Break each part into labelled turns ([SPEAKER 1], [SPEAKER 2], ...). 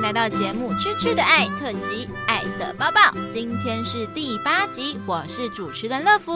[SPEAKER 1] 来到节目《吃吃的爱》特辑《爱的抱抱》，今天是第八集，我是主持人乐福。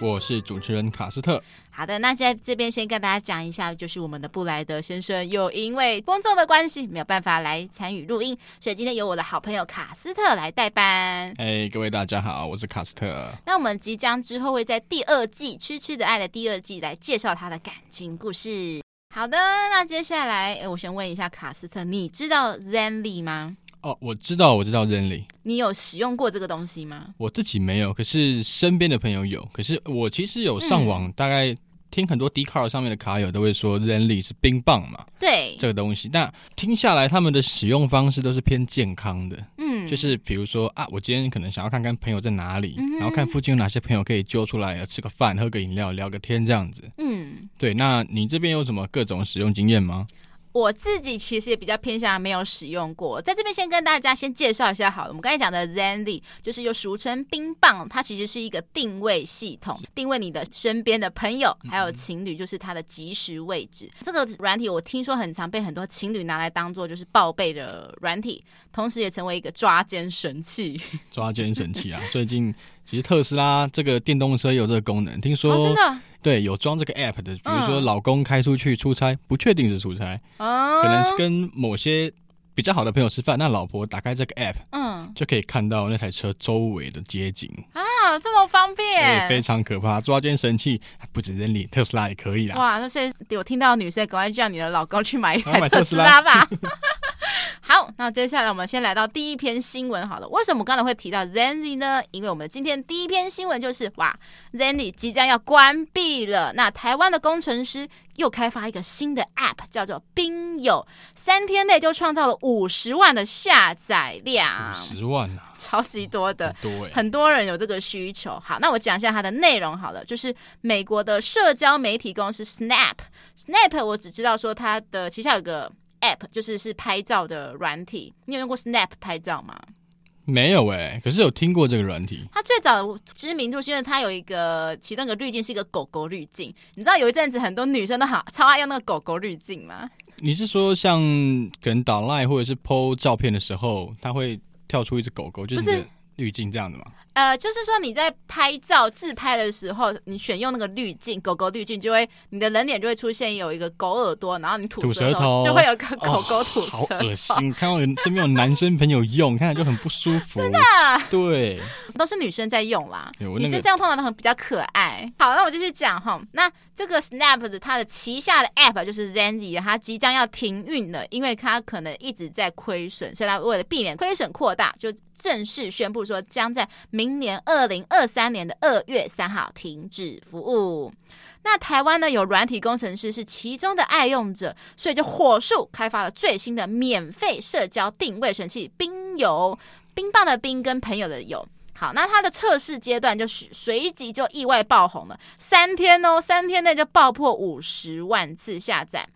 [SPEAKER 2] 我是主持人卡斯特。
[SPEAKER 1] 好的，那现在这边先跟大家讲一下，就是我们的布莱德先生又因为工作的关系没有办法来参与录音，所以今天由我的好朋友卡斯特来代班。
[SPEAKER 2] 哎，各位大家好，我是卡斯特。
[SPEAKER 1] 那我们即将之后会在第二季《痴痴的爱》的第二季来介绍他的感情故事。好的，那接下来，诶我先问一下卡斯特，你知道 Zenly 吗？
[SPEAKER 2] 哦，我知道，我知道 Zenly，
[SPEAKER 1] 你有使用过这个东西吗？
[SPEAKER 2] 我自己没有，可是身边的朋友有。可是我其实有上
[SPEAKER 1] 嗯
[SPEAKER 2] 网，大概听很多 d c a r 上面的卡友都会说 Zenly 是冰棒嘛，
[SPEAKER 1] 对，
[SPEAKER 2] 这个东西。那听下来，他们的使用方式都是偏健康的，
[SPEAKER 1] 嗯，
[SPEAKER 2] 就是比如说啊，我今天可能想要看看朋友在哪里，
[SPEAKER 1] 嗯哼
[SPEAKER 2] 然后看附近有哪些朋友可以揪出来吃个饭、喝个饮料、聊个天这样子。
[SPEAKER 1] 嗯。
[SPEAKER 2] 对，那你这边有什么各种使用经验吗？
[SPEAKER 1] 我自己其实也比较偏向没有使用过，在这边先跟大家先介绍一下好了。我们刚才讲的 Zenly 就是又俗称冰棒，它其实是一个定位系统，定位你的身边的朋友还有情
[SPEAKER 2] 嗯
[SPEAKER 1] 侣，就是它的即时位置。这个软体我听说很常被很多情侣拿来当做就是报备的软体，同时也成为一个抓奸神器。
[SPEAKER 2] 抓奸神器啊！ 最近其实特斯拉这个电动车也有这个功能，听说、
[SPEAKER 1] 哦，真的
[SPEAKER 2] 对有装这个 app 的，比如说
[SPEAKER 1] 嗯
[SPEAKER 2] 老公开出去出差，不确定是出差，
[SPEAKER 1] 哦，
[SPEAKER 2] 可能是跟某些比较好的朋友吃饭，那老婆打开这个 app
[SPEAKER 1] 嗯
[SPEAKER 2] 就可以看到那台车周围的街景，
[SPEAKER 1] 啊，这么方
[SPEAKER 2] 对，
[SPEAKER 1] 便，
[SPEAKER 2] 非常可怕。抓奸神器不止人力，特斯拉也可以啦。
[SPEAKER 1] 哇，那所以我听到女生赶快叫你的老公去买一
[SPEAKER 2] 啊
[SPEAKER 1] 台
[SPEAKER 2] 买
[SPEAKER 1] 特
[SPEAKER 2] 特
[SPEAKER 1] 斯
[SPEAKER 2] 斯
[SPEAKER 1] 拉
[SPEAKER 2] 拉
[SPEAKER 1] 吧。 好，那接下来我们先来到第一篇新闻好了。为什么我刚才会提到 Zenly 呢？因为我们今天第一篇新闻就是哇，Zenly 即将要关闭了。那台湾的工程师又开发一个新的 App，叫做冰友，三天内就创造了五十万的下载量
[SPEAKER 2] 五，十万啊，
[SPEAKER 1] 超级多的
[SPEAKER 2] 很。多哎、
[SPEAKER 1] 很多人有这个需求。好，那我讲一下它的内容好了，就是美国的社交媒体公司 Snap。Snap 我只知道说它的旗下有个 App，就是是拍照的软体。你有用过 Snap 拍照吗？
[SPEAKER 2] 没有哎、可是有听过这个软体，
[SPEAKER 1] 它最早的知名度是因为它有一个其中一个滤镜是一个狗狗滤镜。你知道有一阵子很多女生都好超爱用那个狗狗滤镜吗？
[SPEAKER 2] 你是说像可能导 line 或者是 PO 照片的时候，它会跳出一只狗狗，就是
[SPEAKER 1] 不是
[SPEAKER 2] 你的滤镜这样的吗？
[SPEAKER 1] 呃，就是说你在拍照自拍的时候，你选用那个滤镜，狗狗滤镜就会，你的人脸就会出现有一个狗耳朵，然后你吐
[SPEAKER 2] 吐
[SPEAKER 1] 舌
[SPEAKER 2] 舌头
[SPEAKER 1] 就会有个狗
[SPEAKER 2] 哦
[SPEAKER 1] 狗吐
[SPEAKER 2] 好
[SPEAKER 1] 舌
[SPEAKER 2] 恶
[SPEAKER 1] 头。
[SPEAKER 2] 心！看到有身边有男生朋友用，看着就很不舒服。
[SPEAKER 1] 啊
[SPEAKER 2] 真的、对，
[SPEAKER 1] 都是女生在用啦，
[SPEAKER 2] 有那
[SPEAKER 1] 女
[SPEAKER 2] 个
[SPEAKER 1] 生这样通常都很比较可爱。好，那我继续讲哈。那这个 Snap 的它的旗下的 App 就是 Zendy，它即将要停运了，因为它可能一直在亏损，所以它为了避免亏损扩大，就正式宣布说将在明年二零二三年的二月三号停止服务。那台湾呢有软体工程师是其中的爱用者，所以就火速开发了最新的免费社交定位神器冰友，冰棒的冰跟朋友的友。好，那它的测试阶段就是随即就意外爆红了，三天哦，三天内就爆破五十万次下载。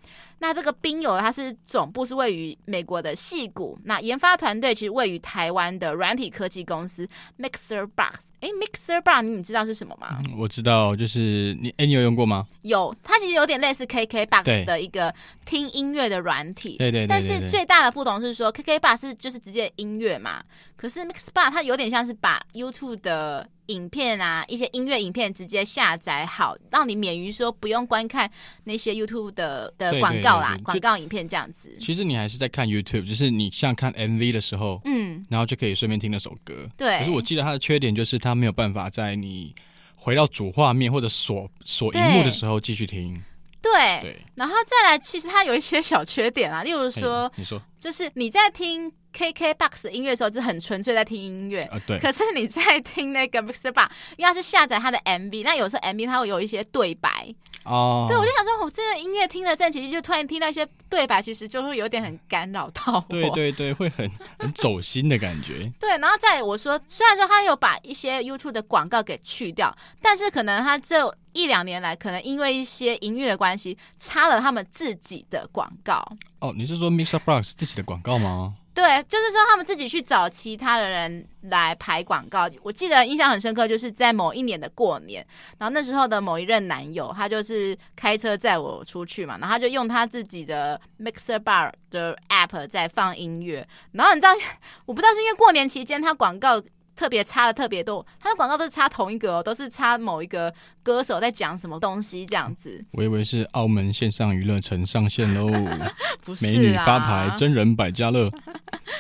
[SPEAKER 1] 那这个冰友它是总部是位于美国的戏谷，那研发团队其实位于台湾的软体科技公司 Mixer Box。诶 m i x e r Box 你们知道是什么吗？
[SPEAKER 2] 我知道，就是你，哎、你有用过吗？
[SPEAKER 1] 有，它其实有点类似 KKBox
[SPEAKER 2] 对
[SPEAKER 1] 的一个听音乐的软体。
[SPEAKER 2] 对对对
[SPEAKER 1] 但
[SPEAKER 2] 对
[SPEAKER 1] 是
[SPEAKER 2] 对。
[SPEAKER 1] 最大的不同是说，KKBox 是就是直接音乐嘛，可是 Mixbar 它有点像是把 YouTube 的影片啊，一些音乐影片直接下载好，让你免于说不用观看那些 YouTube 的的
[SPEAKER 2] 对
[SPEAKER 1] 广告啦
[SPEAKER 2] 对对、对
[SPEAKER 1] 广告影片这样子。
[SPEAKER 2] 其实你还是在看 YouTube，就是你像看 MV 的时候，
[SPEAKER 1] 嗯，
[SPEAKER 2] 然后就可以顺便听那首歌。可是我
[SPEAKER 1] 对，
[SPEAKER 2] 记得它的缺点就是它没有办法在你回到主画面或者锁锁荧幕的时候继续听。
[SPEAKER 1] 对。
[SPEAKER 2] 对，
[SPEAKER 1] 然后再来，其实它有一些小缺点啊，例如
[SPEAKER 2] 嘿
[SPEAKER 1] 说，
[SPEAKER 2] 你说
[SPEAKER 1] 就是你在听 KKBox 的音乐的时候，是很纯粹在听音乐，
[SPEAKER 2] 啊、对，
[SPEAKER 1] 可是你在听那个 Mixer Bar，因为它是下载它的 MV，那有时候 MV 它会有一些对白，
[SPEAKER 2] 哦，
[SPEAKER 1] 对我就想说，我这个音乐听了正起劲，就突然听到一些对白，其实就会有点很干扰到 我。
[SPEAKER 2] 对对对，会很很走心的感觉。
[SPEAKER 1] 对，然后再我说，虽然说他有把一些 YouTube 的广告给去掉，但是可能他这一两年来，可能因为一些音乐的关系，插了他们自己的广告。
[SPEAKER 2] 哦，你是说 Mixer Box 自己的广告吗？
[SPEAKER 1] 对，对，就是说他们自己去找其他的人来排广告。我记得印象很深刻，就是在某一年的过年，然后那时候的某一任男友，他就是开车载我出去嘛，然后他就用他自己的 Mixer Bar 的 App 在放音乐，然后你知道，我不知道是因为过年期间他广告。特别插的特别多，他的广告都是插同一个哦，都是插某一个歌手在讲什么东西这样子，
[SPEAKER 2] 我以为是澳门线上娱乐城上线 喽，
[SPEAKER 1] 不是
[SPEAKER 2] 美女
[SPEAKER 1] 啊
[SPEAKER 2] 发牌，真人百 家乐，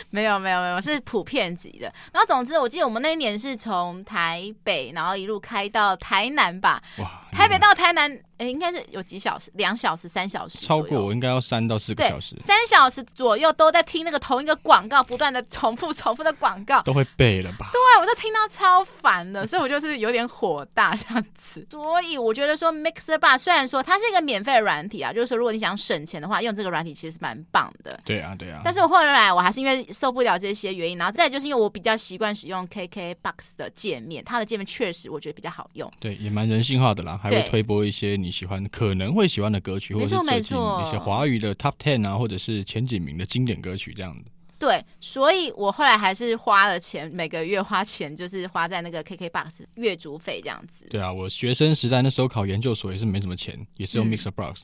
[SPEAKER 1] 没有没有没有，是普遍级的。然后总之，我记得我们那一年是从台北，然后一路开到台南吧。
[SPEAKER 2] 哇，
[SPEAKER 1] 台北到台南，诶、应该是有几小时，两小时、三小时左
[SPEAKER 2] 超
[SPEAKER 1] 右，
[SPEAKER 2] 过我应该要三到四个
[SPEAKER 1] 对
[SPEAKER 2] 小时，
[SPEAKER 1] 三小时左右都在听那个同一个广告，不断的重复、重复的广告。
[SPEAKER 2] 都会背了吧？
[SPEAKER 1] 对，我就听到超烦的，所以我就是有点火大这样子。所以我觉得说 Mixer Bar 虽然说它是一个免费的软体啊，就是说如果你想省钱的话，用这个软体其实是蛮棒的。
[SPEAKER 2] 对啊，对啊，
[SPEAKER 1] 但是我后来我还是因为受不了这些原因，然后再来就是因为我比较习惯使用 KK Box 的界面，它的界面确实我觉得比较好用。
[SPEAKER 2] 对也蛮人性化的啦，还会
[SPEAKER 1] 对
[SPEAKER 2] 推播一些你喜欢可能会喜欢的歌曲，或
[SPEAKER 1] 没
[SPEAKER 2] 者
[SPEAKER 1] 错
[SPEAKER 2] 是最
[SPEAKER 1] 没
[SPEAKER 2] 近
[SPEAKER 1] 错
[SPEAKER 2] 一些华语的 Top Ten 啊，或者是前几名的经典歌曲这样子。
[SPEAKER 1] 对，所以我后来还是花了钱，每个月花钱就是花在那个 KK Box 月租费这样子。
[SPEAKER 2] 对啊，我学生时代那时候考研究所也是没什么钱，也是用
[SPEAKER 1] 嗯
[SPEAKER 2] Mixer Box，、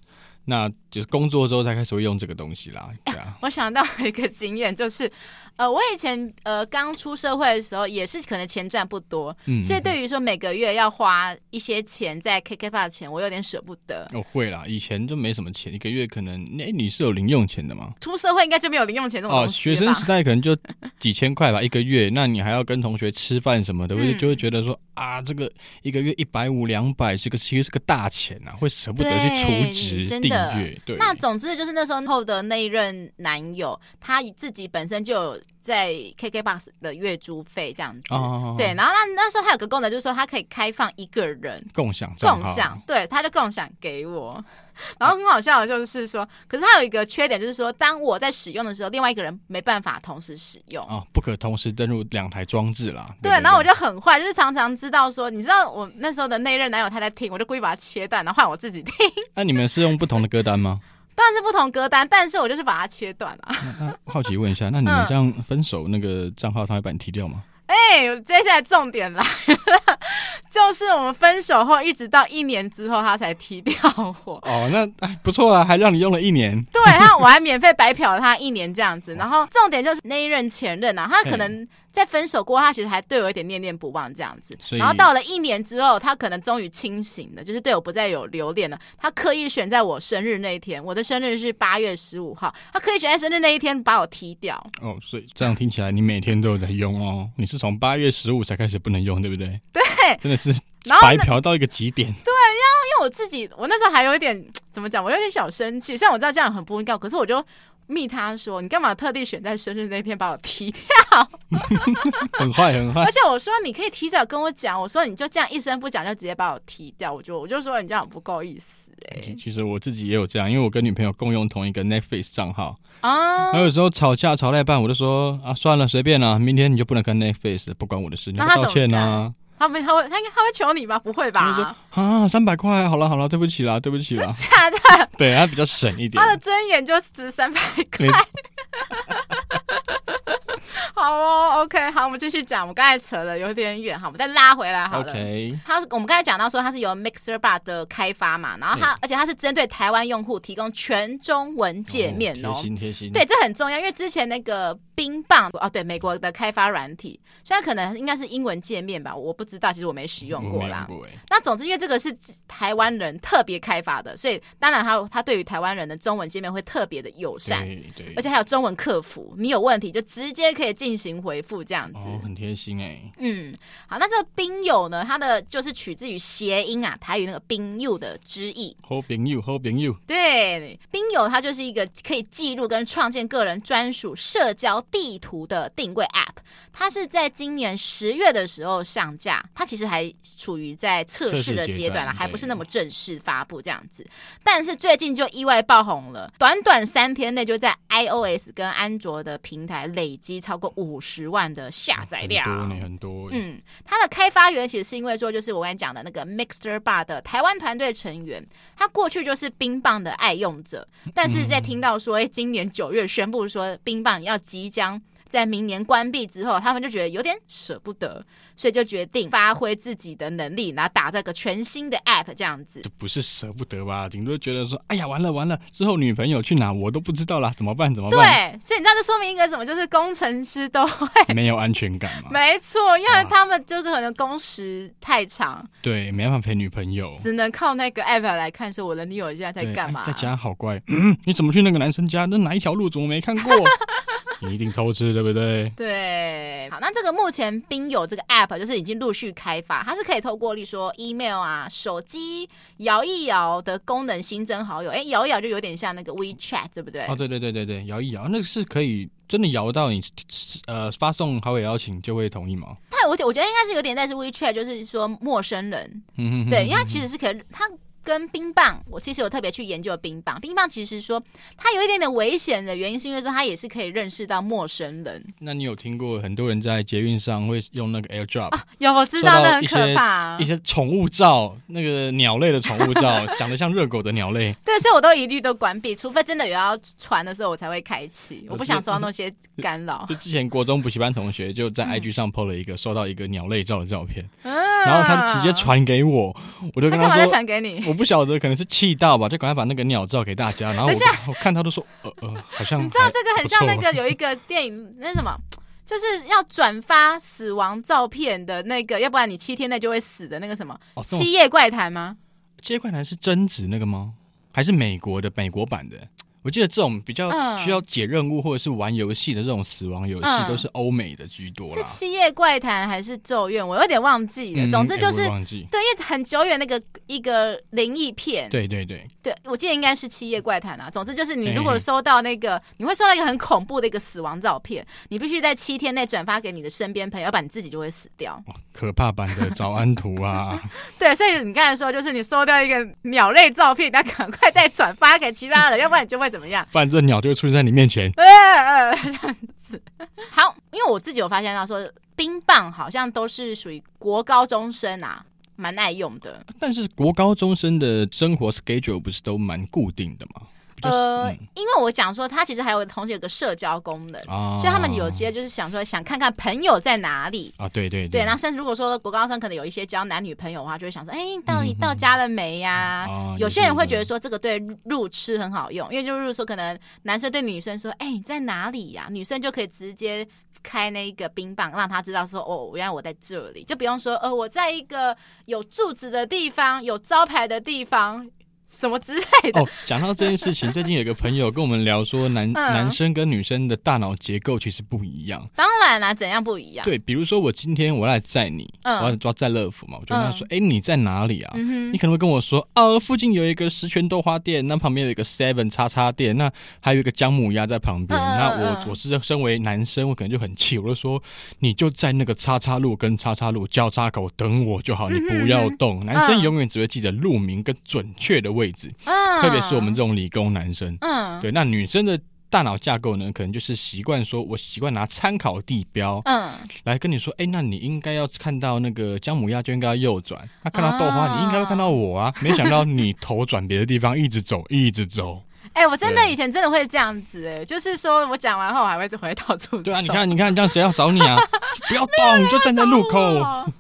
[SPEAKER 2] 那就是工作之后才开始会用这个东西啦。对啊，
[SPEAKER 1] 我想到一个经验，就是，呃，我以前呃刚出社会的时候，也是可能钱赚不多，
[SPEAKER 2] 嗯，
[SPEAKER 1] 所以对于说每个月要花一些钱在 KK Box 前，我有点舍不得。
[SPEAKER 2] 哦会啦，以前就没什么钱，一个月可能哎、你是有零用钱的吗？
[SPEAKER 1] 出社会应该就没有零用钱这种
[SPEAKER 2] 哦，
[SPEAKER 1] 东西
[SPEAKER 2] 学
[SPEAKER 1] 了吧？
[SPEAKER 2] 生时代可能就几千块吧，一个月，那你还要跟同学吃饭什么的，会
[SPEAKER 1] 嗯
[SPEAKER 2] 就会觉得说啊，这个一个月一百五、两百是个其实是个大钱呐、会舍不得去
[SPEAKER 1] 对
[SPEAKER 2] 储值
[SPEAKER 1] 真
[SPEAKER 2] 订
[SPEAKER 1] 的
[SPEAKER 2] 阅。对，哦
[SPEAKER 1] 那总之就是那时候的那一任男友，他自己本身就有在 KKBox 的月租费这样子。
[SPEAKER 2] 哦，
[SPEAKER 1] 对，然后那那时候他有个功能，就是说他可以开放一个人
[SPEAKER 2] 共享账
[SPEAKER 1] 共
[SPEAKER 2] 号
[SPEAKER 1] 享，对，他就共享给我。然后很好笑的就是说，可是他有一个缺点，就是说当我在使用的时候，另外一个人没办法同时使用。
[SPEAKER 2] 啊、不可同时登入两台装置啦。
[SPEAKER 1] 对，然后我就很坏，就是常常知道说，你知道我那时候的那一任男友他在听，我就故意把他切断，然后换我自己听。
[SPEAKER 2] 那你们是用不同的歌单吗？
[SPEAKER 1] 当然是不同歌单，但是我就是把它切断了。
[SPEAKER 2] 那嗯好奇问一下，那你们这样分手那个账号，他会把你踢掉吗？
[SPEAKER 1] 哎、接下来重点来了， 就是我们分手后一直到一年之后，他才踢掉我。
[SPEAKER 2] 哦，那哎不错啦，还让你用了一年。
[SPEAKER 1] 对，他我还免费白嫖了他一年这样 子。然后重点就是那一任前任啊，他可
[SPEAKER 2] 嗯
[SPEAKER 1] 能在分手过后，他其实还对我有点念念不忘这样子。
[SPEAKER 2] 所以
[SPEAKER 1] 然后到了一年之后，他可能终于清醒了，就是对我不再有留恋了。他刻意选在我生日那一天，我的生日是八月十五号，他刻意选在生日那一天把我踢掉。
[SPEAKER 2] 哦，所以这样听起来你每天都有在用哦。你是从八月十五才开始不能用，对不对？
[SPEAKER 1] 对，
[SPEAKER 2] 真的是
[SPEAKER 1] 然后
[SPEAKER 2] 白嫖到一个极点。
[SPEAKER 1] 因为我自己，我那时候还有一点怎么讲，我有点小生气。虽然我知道这样很不应该，可是我就密他说：“你干嘛特地选在生日那天把我踢掉？
[SPEAKER 2] 很坏很坏
[SPEAKER 1] 而。且我说你可以提早跟我讲，我说你就这样一声不讲就直接把我踢掉，我就我就说你这样很不够意思哎、
[SPEAKER 2] 其其实我自己也有这样，因为我跟女朋友共用同一个 Netflix 账号，
[SPEAKER 1] 啊
[SPEAKER 2] 然。后有时候吵架吵到一半，我就说啊算了，随便啦、明天你就不能跟 Netflix，了不关我的事，你要
[SPEAKER 1] 那他
[SPEAKER 2] 道歉
[SPEAKER 1] 怎
[SPEAKER 2] 啊
[SPEAKER 1] 么。他没他会他应该他会求你吧？不会
[SPEAKER 2] 他就
[SPEAKER 1] 吧
[SPEAKER 2] 说？啊，三百块，好了好了，对不起啦，对不起啦。
[SPEAKER 1] 假的，
[SPEAKER 2] 对，他比较省一点
[SPEAKER 1] 他。的尊严就值三百块
[SPEAKER 2] 没。
[SPEAKER 1] 好哦，OK，好，我们继续讲。我们刚才扯了有点远，好，我们再拉回来好了。
[SPEAKER 2] OK，
[SPEAKER 1] 它我们刚才讲到说它是由 Mixer Bar 的开发嘛，然后它而且它是针对台湾用户提供全中文界面哦。
[SPEAKER 2] 贴心贴心。
[SPEAKER 1] 对，这很重要，因为之前那个冰棒哦，对，美国的开发软体，虽然可能应该是英文界面吧，我不知道，其实我没使
[SPEAKER 2] 我
[SPEAKER 1] 用
[SPEAKER 2] 没用
[SPEAKER 1] 过啦。
[SPEAKER 2] 过哎。
[SPEAKER 1] 那总之，因为这个是台湾人特别开发的，所以当然它它对于台湾人的中文界面会特别的友善，
[SPEAKER 2] 对对，
[SPEAKER 1] 而且还有中文客服，你有问题就直接可以进行回复这样子。
[SPEAKER 2] 哦，很贴心哎。
[SPEAKER 1] 嗯，好，那这个冰友呢，它的就是取自于谐音啊，台语那个冰友的之意。
[SPEAKER 2] Hoping you, hoping you。
[SPEAKER 1] 对，冰友它就是一个可以记录跟创建个人专属社交地图的定位 App，它是在今年十月的时候上架，它其实还处于在测试的阶段
[SPEAKER 2] 测试阶
[SPEAKER 1] 啦，
[SPEAKER 2] 段
[SPEAKER 1] 还不是那么正式发布这样子。但是最近就意外爆红了，短短三天内就在 iOS 跟安卓的平台累积超过五十万的下载量，
[SPEAKER 2] 很多呢，很多。嗯，
[SPEAKER 1] 嗯，它的开发源其实是因为说，就是我刚才讲的那个 Mixer Bar 的台湾团队成员，他过去就是冰棒的爱用者，
[SPEAKER 2] 嗯
[SPEAKER 1] 嗯但是在听到说，哎、今年九月宣布说冰棒要即将在明年关闭之后，他们就觉得有点舍不得，所以就决定发挥自己的能力，然后打造一个全新的 App 这样子。
[SPEAKER 2] 这不是舍不得吧？顶多觉得说，哎呀，完了完了，之后女朋友去哪我都不知道啦，怎么办？怎么办？
[SPEAKER 1] 对，所以你知道这说明一个什么？就是工程师 都会，
[SPEAKER 2] 没有安全感嘛？
[SPEAKER 1] 没错，因为
[SPEAKER 2] 啊
[SPEAKER 1] 他们就是可能工时太长，
[SPEAKER 2] 对，没办法陪女朋友。
[SPEAKER 1] 只能靠那个 app 来看，说我的女友现在在
[SPEAKER 2] 对
[SPEAKER 1] 干
[SPEAKER 2] 哎
[SPEAKER 1] 嘛、
[SPEAKER 2] 在家好乖。嗯，你怎么去那个男生家？那哪一条路怎么没看 过？你一定偷吃，对不对？
[SPEAKER 1] 对，好，那这个目前冰友这个 app 就是已经陆续开发，它是可以透过例如说 email 啊、手机摇一摇的功能新增好友，哎，摇一摇就有点像那个 WeChat，对不对？
[SPEAKER 2] 哦，对对对对对，摇一摇，那是可以真的摇到你呃发送好友邀请就会同意吗？
[SPEAKER 1] 它我觉我觉得应该是有点类似 WeChat，就是说陌生人，
[SPEAKER 2] 嗯哼
[SPEAKER 1] 对，
[SPEAKER 2] 哼
[SPEAKER 1] 因为它其实是可以它。跟冰棒，我其实有特别去研究冰棒。冰棒其实说它有一点点危险的原因，是因为说它也是可以认识到陌生人。
[SPEAKER 2] 那你有听过很多人在捷运上会用那个 AirDrop，、
[SPEAKER 1] 有，我知
[SPEAKER 2] 收
[SPEAKER 1] 道
[SPEAKER 2] 到
[SPEAKER 1] 那很
[SPEAKER 2] 一
[SPEAKER 1] 可
[SPEAKER 2] 些
[SPEAKER 1] 怕、
[SPEAKER 2] 一些宠物照，那个鸟类的宠 物照，长得像热狗的鸟类，
[SPEAKER 1] 对，所以我都一律都关闭，除非真的有要传的时候，我才会开启。
[SPEAKER 2] 我
[SPEAKER 1] 我不
[SPEAKER 2] 记得
[SPEAKER 1] 想受到那些干扰。
[SPEAKER 2] 就之前国中补习班同学就在
[SPEAKER 1] 哦嗯
[SPEAKER 2] IG 上 po 了一个收到一个鸟类照的照片，
[SPEAKER 1] 嗯，
[SPEAKER 2] 然后他直接，传给我，我就
[SPEAKER 1] 啊他
[SPEAKER 2] 跟
[SPEAKER 1] 干嘛再
[SPEAKER 2] 说。嗯
[SPEAKER 1] 传给你？
[SPEAKER 2] 我不晓得，可能是气到吧，就赶快把那个鸟照给 大家。然后我
[SPEAKER 1] 等一下
[SPEAKER 2] 我看他都说，呃呃，好像
[SPEAKER 1] 你知道
[SPEAKER 2] 还
[SPEAKER 1] 这个很
[SPEAKER 2] 不
[SPEAKER 1] 像那
[SPEAKER 2] 错
[SPEAKER 1] 个有一个电影，那什么，就是要转发死亡照片的那个，要不然你七天内就会死的那个什么
[SPEAKER 2] 哦
[SPEAKER 1] 《
[SPEAKER 2] 这种
[SPEAKER 1] 七夜怪谈》吗？
[SPEAKER 2] 这一块男是贞子那个吗？还是美国的美国版的？我记得这种比较
[SPEAKER 1] 嗯
[SPEAKER 2] 需要解任务或者是玩游戏的这种死亡游戏，
[SPEAKER 1] 嗯
[SPEAKER 2] 都是欧美的居多
[SPEAKER 1] 是
[SPEAKER 2] 啦
[SPEAKER 1] 《七夜怪谈》还是《咒怨》？我有点忘记了。
[SPEAKER 2] 嗯
[SPEAKER 1] 总之
[SPEAKER 2] 哎
[SPEAKER 1] 就
[SPEAKER 2] 我
[SPEAKER 1] 是
[SPEAKER 2] 也。忘记，
[SPEAKER 1] 对，因为很久远那个一个灵异片，
[SPEAKER 2] 对对对，
[SPEAKER 1] 对，我记得应该是《七夜怪谈》啊。总之就是，你如
[SPEAKER 2] 嘿
[SPEAKER 1] 果
[SPEAKER 2] 嘿
[SPEAKER 1] 收到那个，你会收到一个很恐怖的一个死亡照片，你必须在七天内转发给你的身边朋友，要不然你自己就会死掉。
[SPEAKER 2] 哇可怕版的早安图啊，
[SPEAKER 1] 对，所以你刚才说，就是你收到一个鸟类照片，你要赶快再转发给其他人，要不然你就会怎么样？
[SPEAKER 2] 不然这鸟就会出现在你面前。
[SPEAKER 1] 呃，这样子。好，因为我自己有发现到说，冰棒好像都是属于国高中生啊，蛮爱用的。
[SPEAKER 2] 但是国高中生的生活 schedule 不是都蛮固定的吗？比较
[SPEAKER 1] 呃，
[SPEAKER 2] 嗯
[SPEAKER 1] 因为我讲说，它其实还有同时有个社交功能。
[SPEAKER 2] 啊，
[SPEAKER 1] 所以他们有些就是想说，想看看朋友在哪里。
[SPEAKER 2] 啊，对对
[SPEAKER 1] 对，然后甚至如果说国高中生可能有一些交男女朋友的话，就会想说，哎，到底
[SPEAKER 2] 嗯嗯嗯
[SPEAKER 1] 到家了没呀、
[SPEAKER 2] 啊
[SPEAKER 1] 有些人会觉得
[SPEAKER 2] 对
[SPEAKER 1] 说这个对路痴很好用，因为就是说可能男生对女生说，哎，你在哪里呀、女生就可以直接开那个冰棒，让他知道说，哦，原来我在这里，就不用说，呃，我在一个有柱子的地方，有招牌的地方，什么之类的。
[SPEAKER 2] 哦，讲到这件事情，最近有个朋友跟我们聊说男，
[SPEAKER 1] 嗯
[SPEAKER 2] 男、生跟女生的大脑结构其实不一样。
[SPEAKER 1] 当然啦、怎样不一样？
[SPEAKER 2] 对，比如说我今天我要来载你，
[SPEAKER 1] 嗯
[SPEAKER 2] 我要抓载乐福嘛，我就跟他说，哎、你在哪里啊？
[SPEAKER 1] 嗯
[SPEAKER 2] 你
[SPEAKER 1] 哼，
[SPEAKER 2] 可能会跟我说，啊，附近有一个十全豆花店，那旁边有一个 Seven 叉叉店，那还有一个姜母鸭在旁边。
[SPEAKER 1] 嗯嗯
[SPEAKER 2] 那
[SPEAKER 1] 嗯
[SPEAKER 2] 我我是身为男生，我可能就很气，我就说，你就在那个叉叉路跟叉叉路交叉口等我就好，你
[SPEAKER 1] 嗯哼
[SPEAKER 2] 不要
[SPEAKER 1] 嗯哼
[SPEAKER 2] 动。男生
[SPEAKER 1] 嗯
[SPEAKER 2] 永远只会记得路名跟准确的位置，
[SPEAKER 1] 嗯
[SPEAKER 2] 特别是我们这种理工男生。
[SPEAKER 1] 嗯，
[SPEAKER 2] 对，那女生的大脑架构呢，可能就是习惯说，我习惯拿参考地标
[SPEAKER 1] 嗯。
[SPEAKER 2] 来跟你说，哎、那你应该要看到那个姜母鸭就应该要右转，那看到豆花、
[SPEAKER 1] 啊
[SPEAKER 2] 你应该会看到 我啊。没想到你头转别的地方，一直走，一直走。
[SPEAKER 1] 哎、我真的
[SPEAKER 2] 对
[SPEAKER 1] 以前真的会这样子、哎，就是说我讲完后我还会回到处
[SPEAKER 2] 对啊，你
[SPEAKER 1] 走
[SPEAKER 2] 看，你看，这样谁要找 你啊？不要动，你就站在路 口。
[SPEAKER 1] 哦。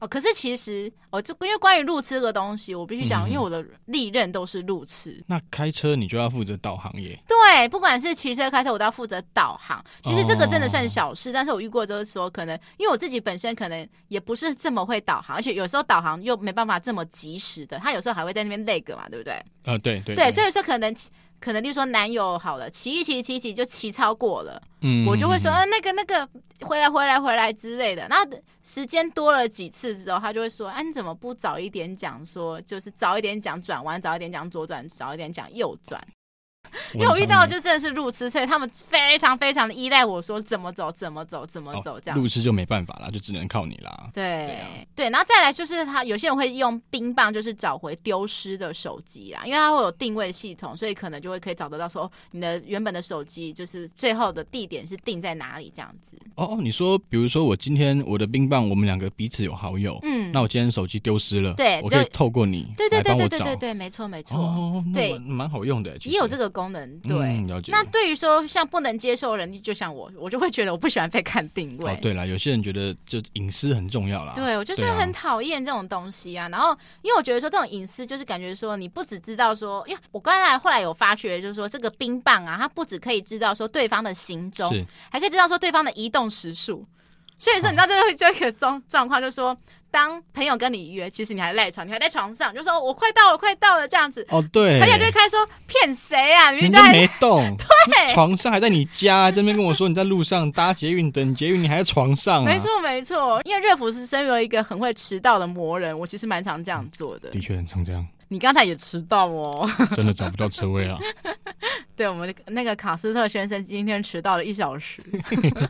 [SPEAKER 1] 哦，可是其实我就因为关于路痴这个东西，我必须讲，
[SPEAKER 2] 嗯
[SPEAKER 1] 因为我的历任都是路痴。
[SPEAKER 2] 那开车你就要负责导航耶。
[SPEAKER 1] 对，不管是骑车、开车，我都要负责导航。其实这个真的算
[SPEAKER 2] 哦
[SPEAKER 1] 小事，但是我遇过就是说，可能因为我自己本身可能也不是这么会导航，而且有时候导航又没办法这么及时的，他有时候还会在那边累个嘛，对不对？
[SPEAKER 2] 呃，对对
[SPEAKER 1] 对，所以说可能可能，例如说男友好了，骑一骑骑一骑就骑超过了。
[SPEAKER 2] 嗯
[SPEAKER 1] 我就会说，
[SPEAKER 2] 嗯嗯
[SPEAKER 1] 啊，那个那个，回来回来回来之类的。然后时间多了几次之后，他就会说，啊，你怎么不早一点讲说，就是早一点讲转弯，早一点讲左转，早一点讲右转。
[SPEAKER 2] 嗯
[SPEAKER 1] 因为我哎遇到就真的是路痴，所以他们非常非常的依赖我说怎么走，怎么走，怎么走这样。
[SPEAKER 2] 哦路痴就没办法啦，就只能靠你啦。
[SPEAKER 1] 对
[SPEAKER 2] 对啊
[SPEAKER 1] 对，然后再来就是他有些人会用冰棒，就是找回丢失的手机啊，因为它会有定位系统，所以可能就会可以找得到说哦你的原本的手机就是最后的地点是定在哪里这样子。
[SPEAKER 2] 哦哦，你说，比如说我今天我的冰棒，我们两个彼此有好友，
[SPEAKER 1] 嗯，
[SPEAKER 2] 那我今天手机丢失了，
[SPEAKER 1] 对
[SPEAKER 2] 我
[SPEAKER 1] 就
[SPEAKER 2] 可以透过你
[SPEAKER 1] 对对
[SPEAKER 2] 来
[SPEAKER 1] 对
[SPEAKER 2] 帮
[SPEAKER 1] 对
[SPEAKER 2] 我
[SPEAKER 1] 对
[SPEAKER 2] 找。
[SPEAKER 1] 对对，没错没错，
[SPEAKER 2] 哦，那
[SPEAKER 1] 对
[SPEAKER 2] 蛮蛮好用的，其
[SPEAKER 1] 也有
[SPEAKER 2] 实
[SPEAKER 1] 这个功能。对，
[SPEAKER 2] 嗯了解。
[SPEAKER 1] 那对于说像不能接受的人，就像我， 我就会觉得我不喜欢被看定位。
[SPEAKER 2] 哦，对啦，有些人觉得就隐私很重要啦。
[SPEAKER 1] 对，我就是
[SPEAKER 2] 对啊
[SPEAKER 1] 很讨厌这种东西啊。然后，因为我觉得说这种隐私，就是感觉说你不只知道说，因为我刚才后来有发觉，就是说这个冰棒啊，它不只可以知道说对方的行踪，
[SPEAKER 2] 是哦
[SPEAKER 1] 还可以知道说对方的移动时速。所以说，你知道这个会这个状状况，就是说，当朋友跟你约，其实你还赖床，你还在床上，就说哦我快到了，我快到了这样子，
[SPEAKER 2] 哦，对，
[SPEAKER 1] 而且就会开始说骗谁啊？你明明
[SPEAKER 2] 人
[SPEAKER 1] 就在
[SPEAKER 2] 家没 动，对床上还在你家，这边跟我说你在路上搭捷运等捷运，你还在床上、啊，
[SPEAKER 1] 没，错没错，因为热芙是身为一个很会迟到的魔人，我其实蛮常这样做的。
[SPEAKER 2] 的确很常这样，
[SPEAKER 1] 你刚才也迟到哦，
[SPEAKER 2] 真的找不到车位了。
[SPEAKER 1] 对我们那个卡斯特先生今天迟到了一小 时。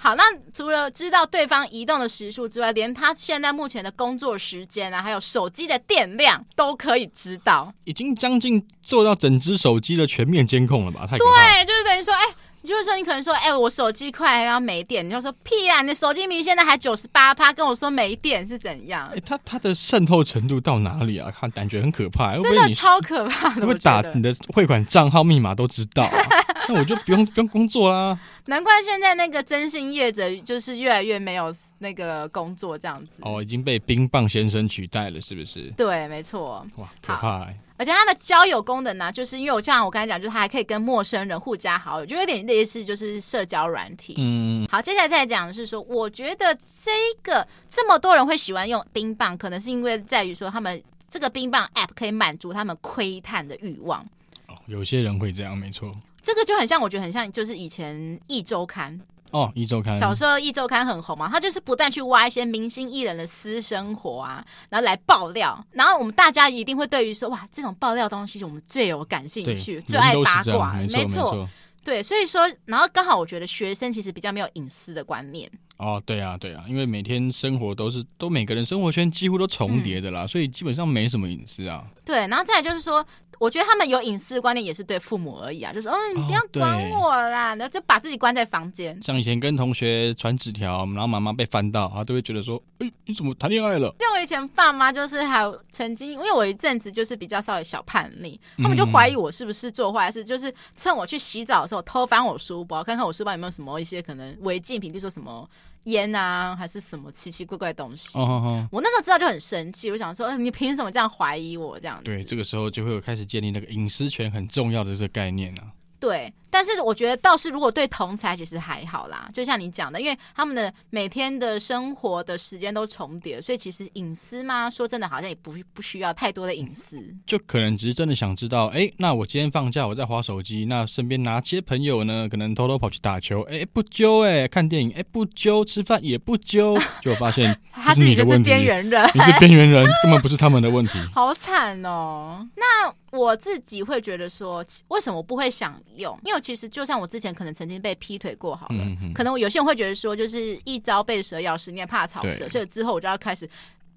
[SPEAKER 1] 好，那除了知道对方移动的时数之外，连他现在目前的工作时间啊，还有手机的电量都可以知道。
[SPEAKER 2] 已经将近做到整只手机的全面监控了吧？太可怕了。
[SPEAKER 1] 对，就是等于说，哎、你就是说，你可能说，哎、我手机快要没电，你就说屁啊，你的手机明明现在还九十八趴，跟我说没电是怎样
[SPEAKER 2] 哎、？它它的渗透程度到哪里啊？看感觉很可怕、会不
[SPEAKER 1] 真
[SPEAKER 2] 会
[SPEAKER 1] 的
[SPEAKER 2] 哎你
[SPEAKER 1] 超可怕的，
[SPEAKER 2] 会不
[SPEAKER 1] 我
[SPEAKER 2] 会
[SPEAKER 1] 觉
[SPEAKER 2] 打
[SPEAKER 1] 得。
[SPEAKER 2] 你的汇款账号密码都知道啊、 那我就不用不用工作啦。
[SPEAKER 1] 难怪现在那个征信业者就是越来越没有那个工作这样子。
[SPEAKER 2] 哦，已经被冰棒先生取代了，是不是？
[SPEAKER 1] 对，没错，
[SPEAKER 2] 哇，可怕、欸！
[SPEAKER 1] 而且它的交友功能呢、啊就是因为我像我刚才讲，就是它还可以跟陌生人互加好友，就有点类似就是社交软体。
[SPEAKER 2] 嗯，
[SPEAKER 1] 好，接下来再讲的是说，我觉得这个这么多人会喜欢用冰棒，可能是因为在于说他们这个冰棒 App 可以满足他们窥探的欲望。
[SPEAKER 2] 哦，有些人会这样，没错。
[SPEAKER 1] 这个就很像，我觉得很像，就是以前一周刊，
[SPEAKER 2] 哦，一周刊，
[SPEAKER 1] 小时候一周刊很红嘛，他就是不断去挖一些明星艺人的私生活啊，然后来爆料，然后我们大家一定会对于说哇，这种爆料东西我们最有感兴
[SPEAKER 2] 对，
[SPEAKER 1] 趣，
[SPEAKER 2] 人
[SPEAKER 1] 最爱
[SPEAKER 2] 都是
[SPEAKER 1] 八
[SPEAKER 2] 这样
[SPEAKER 1] 卦，
[SPEAKER 2] 没错没
[SPEAKER 1] 错，
[SPEAKER 2] 错。
[SPEAKER 1] 对，所以说，然后刚好我觉得学生其实比较没有隐私的观念，
[SPEAKER 2] 哦，对啊，对啊，因为每天生活都是都每个人生活圈几乎都重叠的
[SPEAKER 1] 嗯
[SPEAKER 2] 啦，所以基本上没什么隐私啊。
[SPEAKER 1] 对，然后再来就是说。我觉得他们有隐私的观念也是对父母而已啊，就是嗯、你不要
[SPEAKER 2] 哦对
[SPEAKER 1] 管我啦，然后就把自己关在房间。
[SPEAKER 2] 像以前跟同学传纸条，然后妈妈被翻到，她都会觉得说：“哎、你怎么谈恋爱了
[SPEAKER 1] 像我以前爸妈就是还有曾经，因为我有一阵子就是比较稍微小叛逆，他们就
[SPEAKER 2] 嗯
[SPEAKER 1] 怀疑我是不是做坏事，就是趁我去洗澡的时候偷翻我书包，看看我书包有没有什么一些可能违禁品，比如说什么烟啊，还是什么奇奇怪怪的东？”西。
[SPEAKER 2] 哦哦哦，
[SPEAKER 1] 我那时候知道就很生气，我想说，呃你凭什么这样怀疑我这样子？
[SPEAKER 2] 对，这个时候就会有开始建立那个隐私权很重要的这个概念啊。
[SPEAKER 1] 对，但是我觉得倒是如果对同才其实还好啦，就像你讲的，因为他们的每天的生活的时间都重叠，所以其实隐私嘛，说真的好像也不不需要太多的隐私。
[SPEAKER 2] 就可能只是真的想知道，哎、那我今天放假我在划手机，那身边哪些朋友呢？可能偷偷跑去打球，哎、不揪哎、看电影哎、不揪，吃饭也 不揪，结果发现
[SPEAKER 1] 他自己就是
[SPEAKER 2] 问题
[SPEAKER 1] 边缘人，
[SPEAKER 2] 你是边缘人，根本不是他们的问题。
[SPEAKER 1] 好惨哦。那我自己会觉得说，为什么不会想用？因为其实就像我之前可能曾经被劈腿过好了，
[SPEAKER 2] 嗯嗯嗯
[SPEAKER 1] 可能有些人会觉得说，就是一朝被蛇咬，十年怕草蛇，
[SPEAKER 2] 对
[SPEAKER 1] 所以之后我就要开始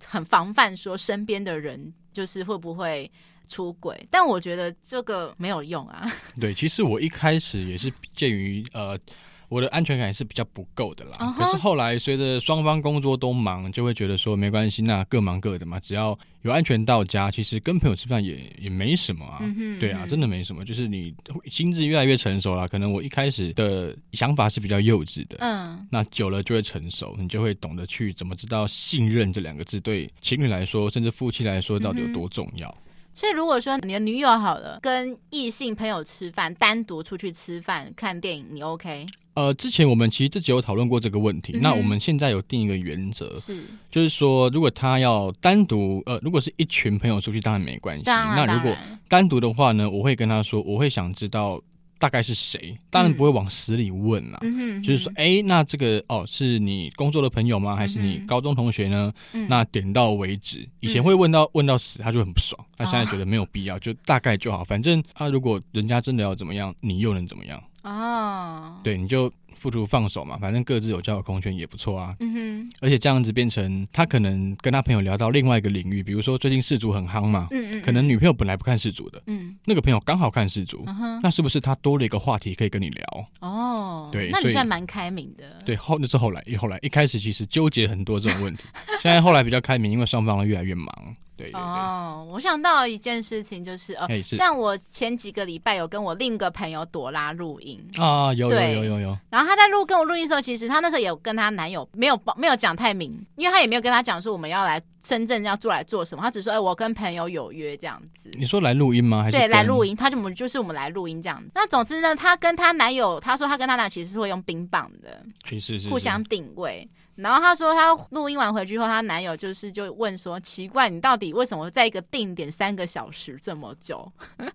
[SPEAKER 1] 很防范，说身边的人就是会不会。出轨，但我觉得这个没有用啊。
[SPEAKER 2] 对，其实我一开始也是介于呃，我的安全感也是比较不够的啦。
[SPEAKER 1] 嗯哼
[SPEAKER 2] 可是后来随着双方工作都忙，就会觉得说没关系，那各忙各的嘛，只要有安全到家，其实跟朋友吃饭也也没什 么啊。
[SPEAKER 1] 嗯哼
[SPEAKER 2] 对
[SPEAKER 1] 嗯
[SPEAKER 2] 啊，
[SPEAKER 1] 哼
[SPEAKER 2] 真的没什么，就是你心智越来越成熟啦。可能我一开始的想法是比较幼稚的，
[SPEAKER 1] 嗯，
[SPEAKER 2] 那久了就会成熟，你就会懂得去怎么知道信任这两个字对情侣来说，甚至夫妻来说到底有多重要。
[SPEAKER 1] 所以如果说你的女友好了，跟异性朋友吃饭，单独出去吃饭、看电影，你 OK？
[SPEAKER 2] 呃，之前我们其实自己有讨论过这个问题。
[SPEAKER 1] 嗯哼
[SPEAKER 2] 那我们现在有定一个原则，
[SPEAKER 1] 是，
[SPEAKER 2] 就是说，如果他要单独，呃，如果是一群朋友出去，当然没关系。
[SPEAKER 1] 当然，
[SPEAKER 2] 那如果啊
[SPEAKER 1] 当然
[SPEAKER 2] 单独的话呢，我会跟他说，我会想知道大概是谁，当然不会往死里问啦、
[SPEAKER 1] 嗯哼，
[SPEAKER 2] 就是说，，哎、那这个哦，是你工作的朋友吗？还是你
[SPEAKER 1] 嗯哼
[SPEAKER 2] 高中同学呢？
[SPEAKER 1] 嗯
[SPEAKER 2] 那点到为止。以前会问到问到死，他就很不爽。他现
[SPEAKER 1] 哦
[SPEAKER 2] 在觉得没有必要，就大概就好。反正啊，如果人家真的要怎么样，你又能怎么样？
[SPEAKER 1] 哦，
[SPEAKER 2] 对，你就付出放手嘛，反正各自有交友空间也不错啊。
[SPEAKER 1] 嗯哼，
[SPEAKER 2] 而且这样子变成他可能跟他朋友聊到另外一个领域，比如说最近世足很夯嘛，
[SPEAKER 1] 嗯嗯，
[SPEAKER 2] 可能女朋友本来不看世足的，
[SPEAKER 1] 嗯，
[SPEAKER 2] 那个朋友刚好看世足
[SPEAKER 1] 嗯，嗯哼，
[SPEAKER 2] 那是不是他多了一个话题可以跟你聊？
[SPEAKER 1] 哦，
[SPEAKER 2] 对
[SPEAKER 1] 那你
[SPEAKER 2] 所以
[SPEAKER 1] 算蛮开明的，
[SPEAKER 2] 对，后那是后来，后来一开始其实纠结很多这种问题，现在后来比较开明，因为双方越来越忙。对对对，
[SPEAKER 1] 哦，我想到一件事情，就是哦，
[SPEAKER 2] 哎是
[SPEAKER 1] 像我前几个礼拜有跟我另一个朋友朵拉录音，
[SPEAKER 2] 啊，有有
[SPEAKER 1] 对
[SPEAKER 2] 有有有，
[SPEAKER 1] 然后她在录跟我录音的时候，其实她那时候有跟她男友没有没有讲太明，因为她也没有跟她讲说我们要来深圳要做来做什么，她只说哎我跟朋友有约这样子。
[SPEAKER 2] 你说来录音吗？还是
[SPEAKER 1] 对，来
[SPEAKER 2] 跟
[SPEAKER 1] 录？音，她就我们就是我们来录音这样。那总之呢，她跟她男友，她说她跟她男友其实是会用冰棒的，
[SPEAKER 2] 哎是是是
[SPEAKER 1] 互相定位。然后她说，她录音完回去后，她男友就是就问说：“奇怪，你到底为什么在一个定点三个小时这么久？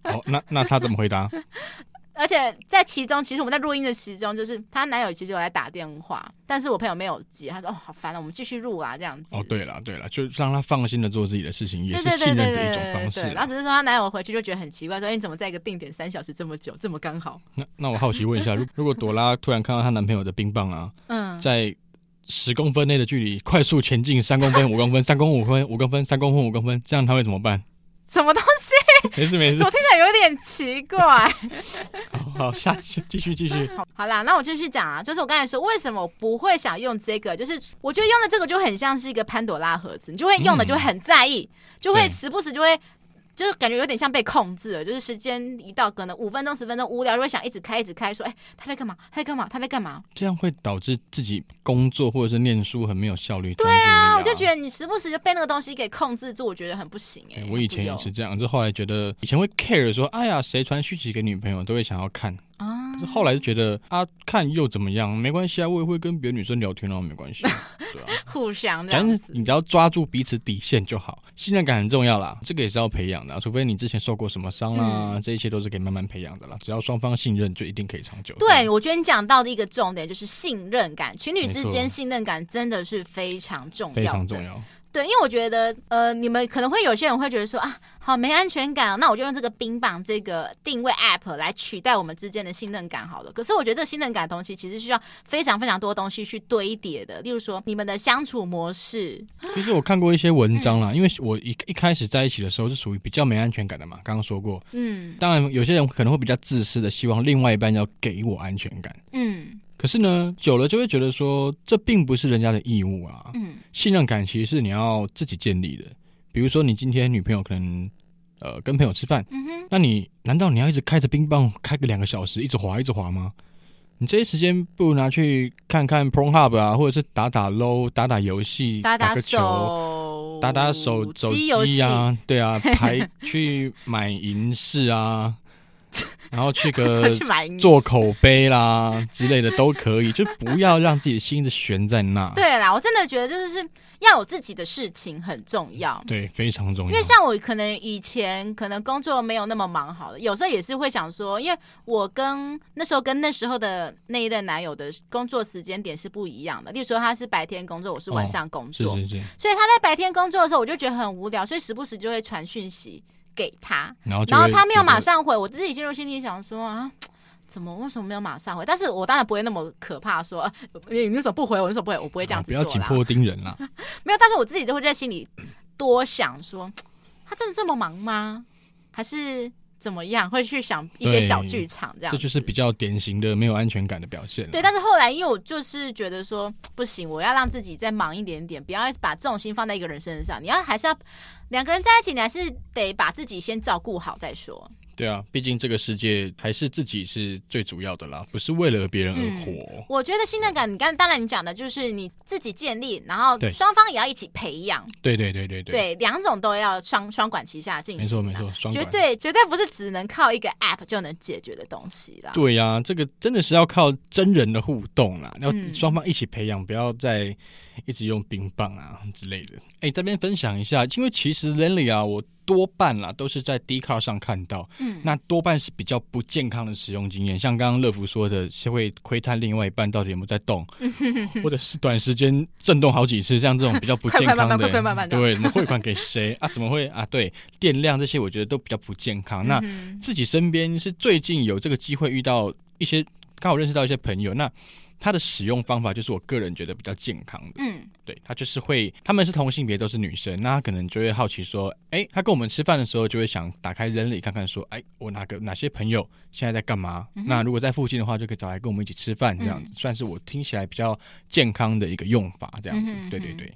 [SPEAKER 2] 哦，那那他怎么回答？
[SPEAKER 1] 而且在其中，其实我们在录音的其中，就是她男友其实有来打电话，但是我朋友没有接，他说：‘哦，好烦啊，我们继续录啊，这样子。’
[SPEAKER 2] 哦，对了对了，就让他放心的做自己的事情，也
[SPEAKER 1] 对
[SPEAKER 2] 是
[SPEAKER 1] 对对
[SPEAKER 2] 信任
[SPEAKER 1] 对
[SPEAKER 2] 的
[SPEAKER 1] 对
[SPEAKER 2] 一种
[SPEAKER 1] 对
[SPEAKER 2] 方式
[SPEAKER 1] 对，然
[SPEAKER 2] 啦。
[SPEAKER 1] 后只是说她男友回去就觉得很奇怪，说：‘哎，你怎么在一个定点三小时这么久，这么刚好
[SPEAKER 2] 那那我好奇问一下，如如果朵拉突然看到她男朋友的冰棒啊，？’
[SPEAKER 1] 嗯，
[SPEAKER 2] 在十公分内的距离快速前进三公分、五公分、三公五分、五公分、三公分、五公分，这样他会怎么办？
[SPEAKER 1] 什么东西？
[SPEAKER 2] 没 事没事
[SPEAKER 1] 我，听起来有点奇怪。
[SPEAKER 2] 好好下下继续继续。
[SPEAKER 1] 好好啦，那我继续讲啊，就是我刚才说为什么我不会想用这个，就是我觉得用的这个就很像是一个潘朵拉盒子，你就会用的
[SPEAKER 2] 嗯
[SPEAKER 1] 就会很在意，就会
[SPEAKER 2] 对
[SPEAKER 1] 时不时就会。就是感觉有点像被控制了，就是时间一到，可能五分钟、十分钟无聊，就会想一直开、一直开，说：“哎、他在干嘛？他在干嘛？他在干嘛
[SPEAKER 2] 这样会导致自己工作或者是念书很没有效率。对？”
[SPEAKER 1] 啊，
[SPEAKER 2] 啊
[SPEAKER 1] 我就觉得你时不时就被那个东西给控制住，我觉得很不行哎、
[SPEAKER 2] 对我以前也
[SPEAKER 1] 很不
[SPEAKER 2] 是
[SPEAKER 1] 用
[SPEAKER 2] 这样，就后来觉得以前会 care 说，哎呀，谁传讯息给女朋友都会想要看，
[SPEAKER 1] 啊
[SPEAKER 2] 可 是后来就觉得啊，看又怎么样，没关系啊，我也会跟别的女生聊天哦，没 关系，对啊。
[SPEAKER 1] 互相这
[SPEAKER 2] 反
[SPEAKER 1] 样
[SPEAKER 2] 正
[SPEAKER 1] 子。
[SPEAKER 2] 你只要抓住彼此底线就好，信任感很重要啦，这个也是要培养的啊、除非你之前受过什么伤啦，
[SPEAKER 1] 嗯
[SPEAKER 2] 这一切都是可以慢慢培养的啦。只要双方信任，就一定可以长久。
[SPEAKER 1] 对，，我觉得你讲到的一个重点就是信任感，情侣
[SPEAKER 2] 没
[SPEAKER 1] 之
[SPEAKER 2] 错
[SPEAKER 1] 间信任感真的是非常重
[SPEAKER 2] 非
[SPEAKER 1] 要
[SPEAKER 2] 常
[SPEAKER 1] 的。
[SPEAKER 2] 重要。
[SPEAKER 1] 对，因为我觉得，呃，你们可能会有些人会觉得说啊，好没安全感、哦，那我就用这个冰棒这个定位 app 来取代我们之间的信任感好了。可是我觉得这个信任感的东西其实需要非常非常多东西去堆叠的，例如说你们的相处模式，
[SPEAKER 2] 其实我看过一些文章
[SPEAKER 1] 嗯
[SPEAKER 2] 啦，因为我一一开始在一起的时候是属于比较没安全感的嘛，刚刚说过。
[SPEAKER 1] 嗯
[SPEAKER 2] 当然，有些人可能会比较自私的，希望另外一半要给我安全感。
[SPEAKER 1] 嗯
[SPEAKER 2] 可是呢，久了就会觉得说，这并不是人家的义务啊。
[SPEAKER 1] 嗯
[SPEAKER 2] 信任感其实是你要自己建立的。比如说，你今天女朋友可能呃跟朋友吃饭，
[SPEAKER 1] 嗯哼，
[SPEAKER 2] 那你难道你要一直开着冰棒开个两个小时，一直滑一直滑吗？你这些时间不如拿去看看 Pornhub 啊，或者是打打 LO、打打游戏、
[SPEAKER 1] 打
[SPEAKER 2] 打
[SPEAKER 1] 打
[SPEAKER 2] 个球、
[SPEAKER 1] 手，
[SPEAKER 2] 打打手手
[SPEAKER 1] 哦机游
[SPEAKER 2] 机
[SPEAKER 1] 戏，
[SPEAKER 2] 啊，对啊，排去买银饰啊，然后 去个
[SPEAKER 1] 去买银
[SPEAKER 2] 做
[SPEAKER 1] 饰
[SPEAKER 2] 口碑啦之类的都可 以，就不要让自己的心一直悬在那。
[SPEAKER 1] 对啦，我真的觉得就是是要有自己的事情很重要。
[SPEAKER 2] 对，非常重要。
[SPEAKER 1] 因为像我可能以前可能工作没有那么忙，好了，有时候也是会想说，因为我跟那时候跟那时候的那一任男友的工作时间点是不一样的。例如说他是白天工作，我是晚上工
[SPEAKER 2] 是
[SPEAKER 1] 作，
[SPEAKER 2] 是是，
[SPEAKER 1] 所以他在白天工作的时候，我就觉得很无聊，所以时不时就会传讯息给他，
[SPEAKER 2] 然哦后就
[SPEAKER 1] 然后
[SPEAKER 2] 会
[SPEAKER 1] 他没有
[SPEAKER 2] 觉得
[SPEAKER 1] 马上回，我自己进入心里想说啊。怎么？为什么没有马上回？但是我当然不会那么可怕说，啊你你为什么不回我？你为什么不回？我不会这样
[SPEAKER 2] 啊
[SPEAKER 1] 子
[SPEAKER 2] 不
[SPEAKER 1] 做
[SPEAKER 2] 要
[SPEAKER 1] 啦。
[SPEAKER 2] 紧迫盯人啦。
[SPEAKER 1] 没有，但是我自己都会在心里多想说，他真的这么忙吗？还是怎么样？会去想一些
[SPEAKER 2] 对
[SPEAKER 1] 小剧场这样
[SPEAKER 2] 这
[SPEAKER 1] 子。
[SPEAKER 2] 就是比较典型的没有安全感的表现了。
[SPEAKER 1] 对，但是后来因为我就是觉得说不行，我要让自己再忙一点点，不要把重心放在一个人身上。你要还是要两个人在一起，你还是得把自己先照顾好再说。
[SPEAKER 2] 对啊，毕竟这个世界还是自己是最主要的啦，不是为了别人而活。
[SPEAKER 1] 我觉得信任感，你刚当然你讲的就是你自己建立，然后
[SPEAKER 2] 对
[SPEAKER 1] 双方也要一起培养，
[SPEAKER 2] 对对对对，
[SPEAKER 1] 对，两种都要双双管齐下进行、啊。
[SPEAKER 2] 没错没错，双
[SPEAKER 1] 绝
[SPEAKER 2] 管。
[SPEAKER 1] 对绝对不是只能靠一个 app 就能解决的东西啦。
[SPEAKER 2] 对呀、这个真的是要靠真人的互动啦，要
[SPEAKER 1] 嗯
[SPEAKER 2] 双方一起培养，不要再一直用冰棒啊之类的。哎、这边分享一下，因为其 Incidentally 啊，我多半啦都是在 d c a r 上看到，
[SPEAKER 1] 嗯，
[SPEAKER 2] 那多半是比较不健康的使用经验，像刚刚乐福说的，是会窥探另外一半到底有没有在动，或者是短时间震动好几次，像这种比较不健
[SPEAKER 1] 快快慢
[SPEAKER 2] 康
[SPEAKER 1] 慢
[SPEAKER 2] 的，
[SPEAKER 1] 快快慢慢的
[SPEAKER 2] 对，怎么汇款给谁啊？怎么会啊？对，电量这些我觉得都比较不健康。那
[SPEAKER 1] 嗯
[SPEAKER 2] 自己身边是最近有这个机会遇到一些，刚好认识到一些朋友，那他的使用方法就是我个人觉得比较健康的。
[SPEAKER 1] 嗯，
[SPEAKER 2] 对他就是会，他们是同性别，都是女生，那他可能就会好奇说，哎，他跟我们吃饭的时候就会想打开人里看看，说，哎，我哪个哪些朋友现在在干嘛？
[SPEAKER 1] 嗯哼
[SPEAKER 2] 那如果在附近的话，就可以找来跟我们一起吃饭，这样、
[SPEAKER 1] 嗯
[SPEAKER 2] 算是我听起来比较健康的一个用法，这样子。
[SPEAKER 1] 嗯哼
[SPEAKER 2] 对对
[SPEAKER 1] 嗯哼
[SPEAKER 2] 对，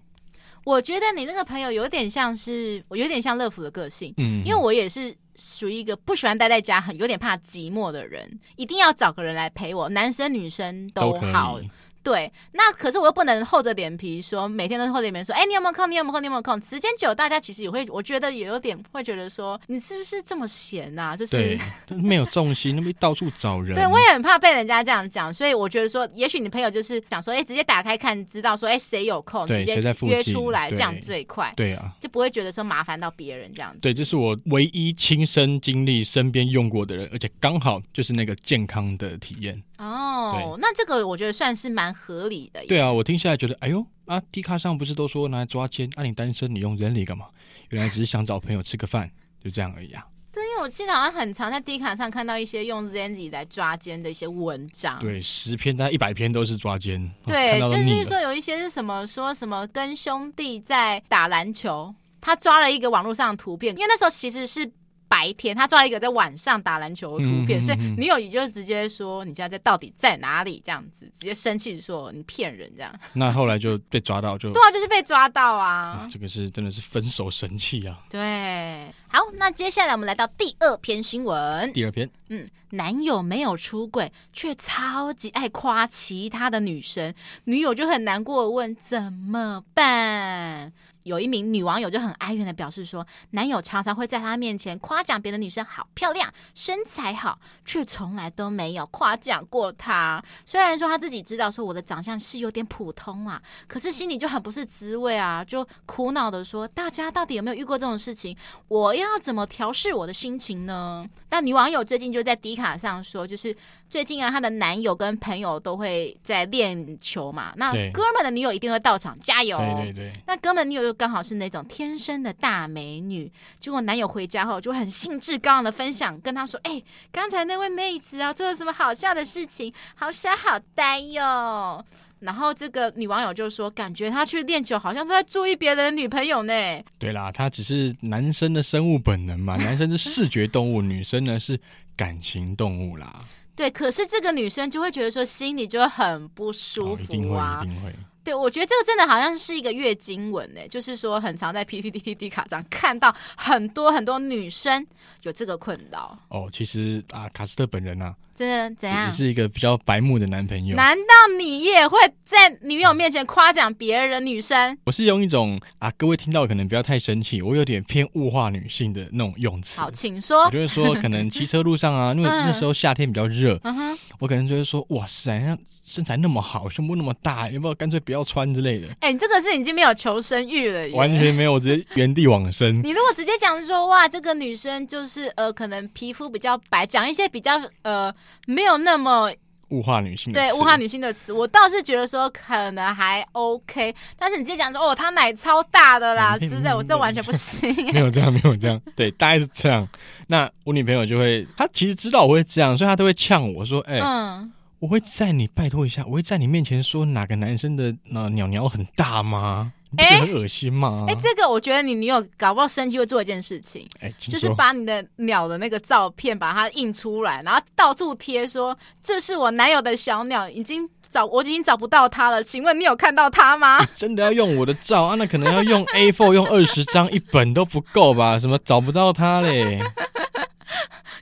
[SPEAKER 1] 我觉得你那个朋友有点像是，我有点像乐福的个性，
[SPEAKER 2] 嗯，
[SPEAKER 1] 因为我也是属于一个不喜欢待在家，很有点怕寂寞的人，一定要找个人来陪我，男生女生
[SPEAKER 2] 都可以
[SPEAKER 1] 好。对，那可是我又不能厚着脸皮说，每天都是厚着脸皮说，哎、你有没有空？你有没有空？你有没有空？时间久，大家其实也会，我觉得也有点会觉得说，你是不是这么闲呐、就是
[SPEAKER 2] 对，没有重心，那么到处找人，
[SPEAKER 1] 对，我也很怕被人家这样讲，所以我觉得说，也许你朋友就是想说，哎、直接打开看，知道说，哎、谁有空，
[SPEAKER 2] 对
[SPEAKER 1] 直接
[SPEAKER 2] 谁在附
[SPEAKER 1] 约
[SPEAKER 2] 近
[SPEAKER 1] 出来，这
[SPEAKER 2] 对
[SPEAKER 1] 样最快，
[SPEAKER 2] 对啊。
[SPEAKER 1] 就不会觉得说麻烦到别人这样子。
[SPEAKER 2] 对，这是我唯一亲身经历身边用过的人，而且刚好就是那个健康的体验。
[SPEAKER 1] 哦，那这个我觉得算是蛮合理的耶。
[SPEAKER 2] 对啊，我听下来觉得，哎呦啊，D 卡上不是都说拿来抓奸？啊，你单身，你用人力干嘛？原来只是想找朋友吃个饭，就这样而已啊。
[SPEAKER 1] 对，因为我记得好像很常在 D 卡上看到一些用 Zenzi 来抓奸的一些文章。。
[SPEAKER 2] 对，十篇大概一百篇都是抓奸，
[SPEAKER 1] 啊
[SPEAKER 2] 哦
[SPEAKER 1] 对
[SPEAKER 2] 看，到
[SPEAKER 1] 就
[SPEAKER 2] 都腻
[SPEAKER 1] 是
[SPEAKER 2] 了。
[SPEAKER 1] 说有一些是什么说什么跟兄弟在打篮球，他抓了一个网络上的图片，因为那时候其实是白天，他抓了一个在晚上打篮球的图片，
[SPEAKER 2] 嗯嗯嗯
[SPEAKER 1] 所以
[SPEAKER 2] 嗯
[SPEAKER 1] 女友也就直接说你现在在到底在哪里这样子，直接生气说你骗人这样，
[SPEAKER 2] 那后来就被抓到就，
[SPEAKER 1] 对啊，就是被抓到
[SPEAKER 2] 嗯啊
[SPEAKER 1] 啊，
[SPEAKER 2] 这个是真的是分手神器啊。
[SPEAKER 1] 对。好，那接下来我们来到第二篇新闻，
[SPEAKER 2] 第二篇，
[SPEAKER 1] 嗯，男友没有出轨，却超级爱夸其他的女生，女友就很难过地问怎么办。有一名女网友就很哀怨的表示说，男友常常会在她面前夸奖别的女生好漂亮、身材好，却从来都没有夸奖过她。虽然说她自己知道说我的长相是有点普通啊，可是心里就很不是滋味啊， 就苦恼的说，大家到底有没有遇过这种事情？我要怎么调试我的心情呢？但女网友最近就在迪卡上说，就是最近啊，她的男友跟朋友都会在练球嘛，那
[SPEAKER 2] 对
[SPEAKER 1] 哥们的女友一定会到场加油。哦
[SPEAKER 2] 对对对，
[SPEAKER 1] 那哥们女友又刚好是那种天生的大美女，结果男友回家后就很兴致高昂的分享，跟她说：“哎、刚才那位妹子啊，做了什么好笑的事情，好傻好呆 哟。”然后这个女网友就说：“感觉她去练球好像都在注意别人的女朋友呢。
[SPEAKER 2] 对啦，他只是男生的生物本能嘛，男生是视觉动物， 女生呢是感情动物啦。”
[SPEAKER 1] 对，可是这个女生就会觉得说心里就很不舒
[SPEAKER 2] 哦一定
[SPEAKER 1] 服
[SPEAKER 2] 会，
[SPEAKER 1] 啊。
[SPEAKER 2] 一定会。
[SPEAKER 1] 对，我觉得这个真的好像是一个月经文呢，就是说很常在 PPT、D 卡上看到很多很多女生有这个困扰。
[SPEAKER 2] 哦，其实啊，卡斯特本人啊，
[SPEAKER 1] 真的怎
[SPEAKER 2] 也
[SPEAKER 1] 样？
[SPEAKER 2] 是一个比较白目的男朋友。
[SPEAKER 1] 难道你也会在女友面前夸奖别人的女生？
[SPEAKER 2] 我是用一种啊，各位听到可能不要太生气，我有点偏物化女性的那种用词。
[SPEAKER 1] 好，请
[SPEAKER 2] 我
[SPEAKER 1] 说。
[SPEAKER 2] 就会说，可能骑车路上啊，因为
[SPEAKER 1] 嗯
[SPEAKER 2] 那时候夏天比较热，
[SPEAKER 1] 嗯哼，
[SPEAKER 2] 我可能就会说，哇塞，那身材那么好，胸部那么大，要不要干脆不要穿之类的？
[SPEAKER 1] 哎、你这个是已经没有求生欲了耶。
[SPEAKER 2] 完全没有，我直接原地往生。
[SPEAKER 1] 你如果直接讲说哇，这个女生就是呃，可能皮肤比较白，讲一些比较呃没有那么
[SPEAKER 2] 物化女性的
[SPEAKER 1] 对
[SPEAKER 2] 词
[SPEAKER 1] 物化女性的词，我倒是觉得说可能还 OK。但是你直接讲说哦，她奶超大的啦
[SPEAKER 2] 嗯
[SPEAKER 1] 之类，我这完全不 行。
[SPEAKER 2] 没有这样，没有这样，对，大概是这样。那我女朋友就会，她其实知道我会这样，所以她都会呛我说，哎、
[SPEAKER 1] 嗯，
[SPEAKER 2] 我会在你拜托一下，我会在你面前说哪个男生的呃鸟鸟很大吗？你不觉得很恶心吗？
[SPEAKER 1] 哎、这个我觉得你女友搞不好生气会做一件事情。
[SPEAKER 2] 哎，请
[SPEAKER 1] 就是
[SPEAKER 2] 说
[SPEAKER 1] 把你的鸟的那个照片把它印出来，然后到处贴说这是我男友的小鸟，已经找我已经找不到它了，请问你有看到它 吗？
[SPEAKER 2] 真的要用我的照啊，那可能 要用 A4 用二十张一本都不够吧？什么找不到 他嘞？啊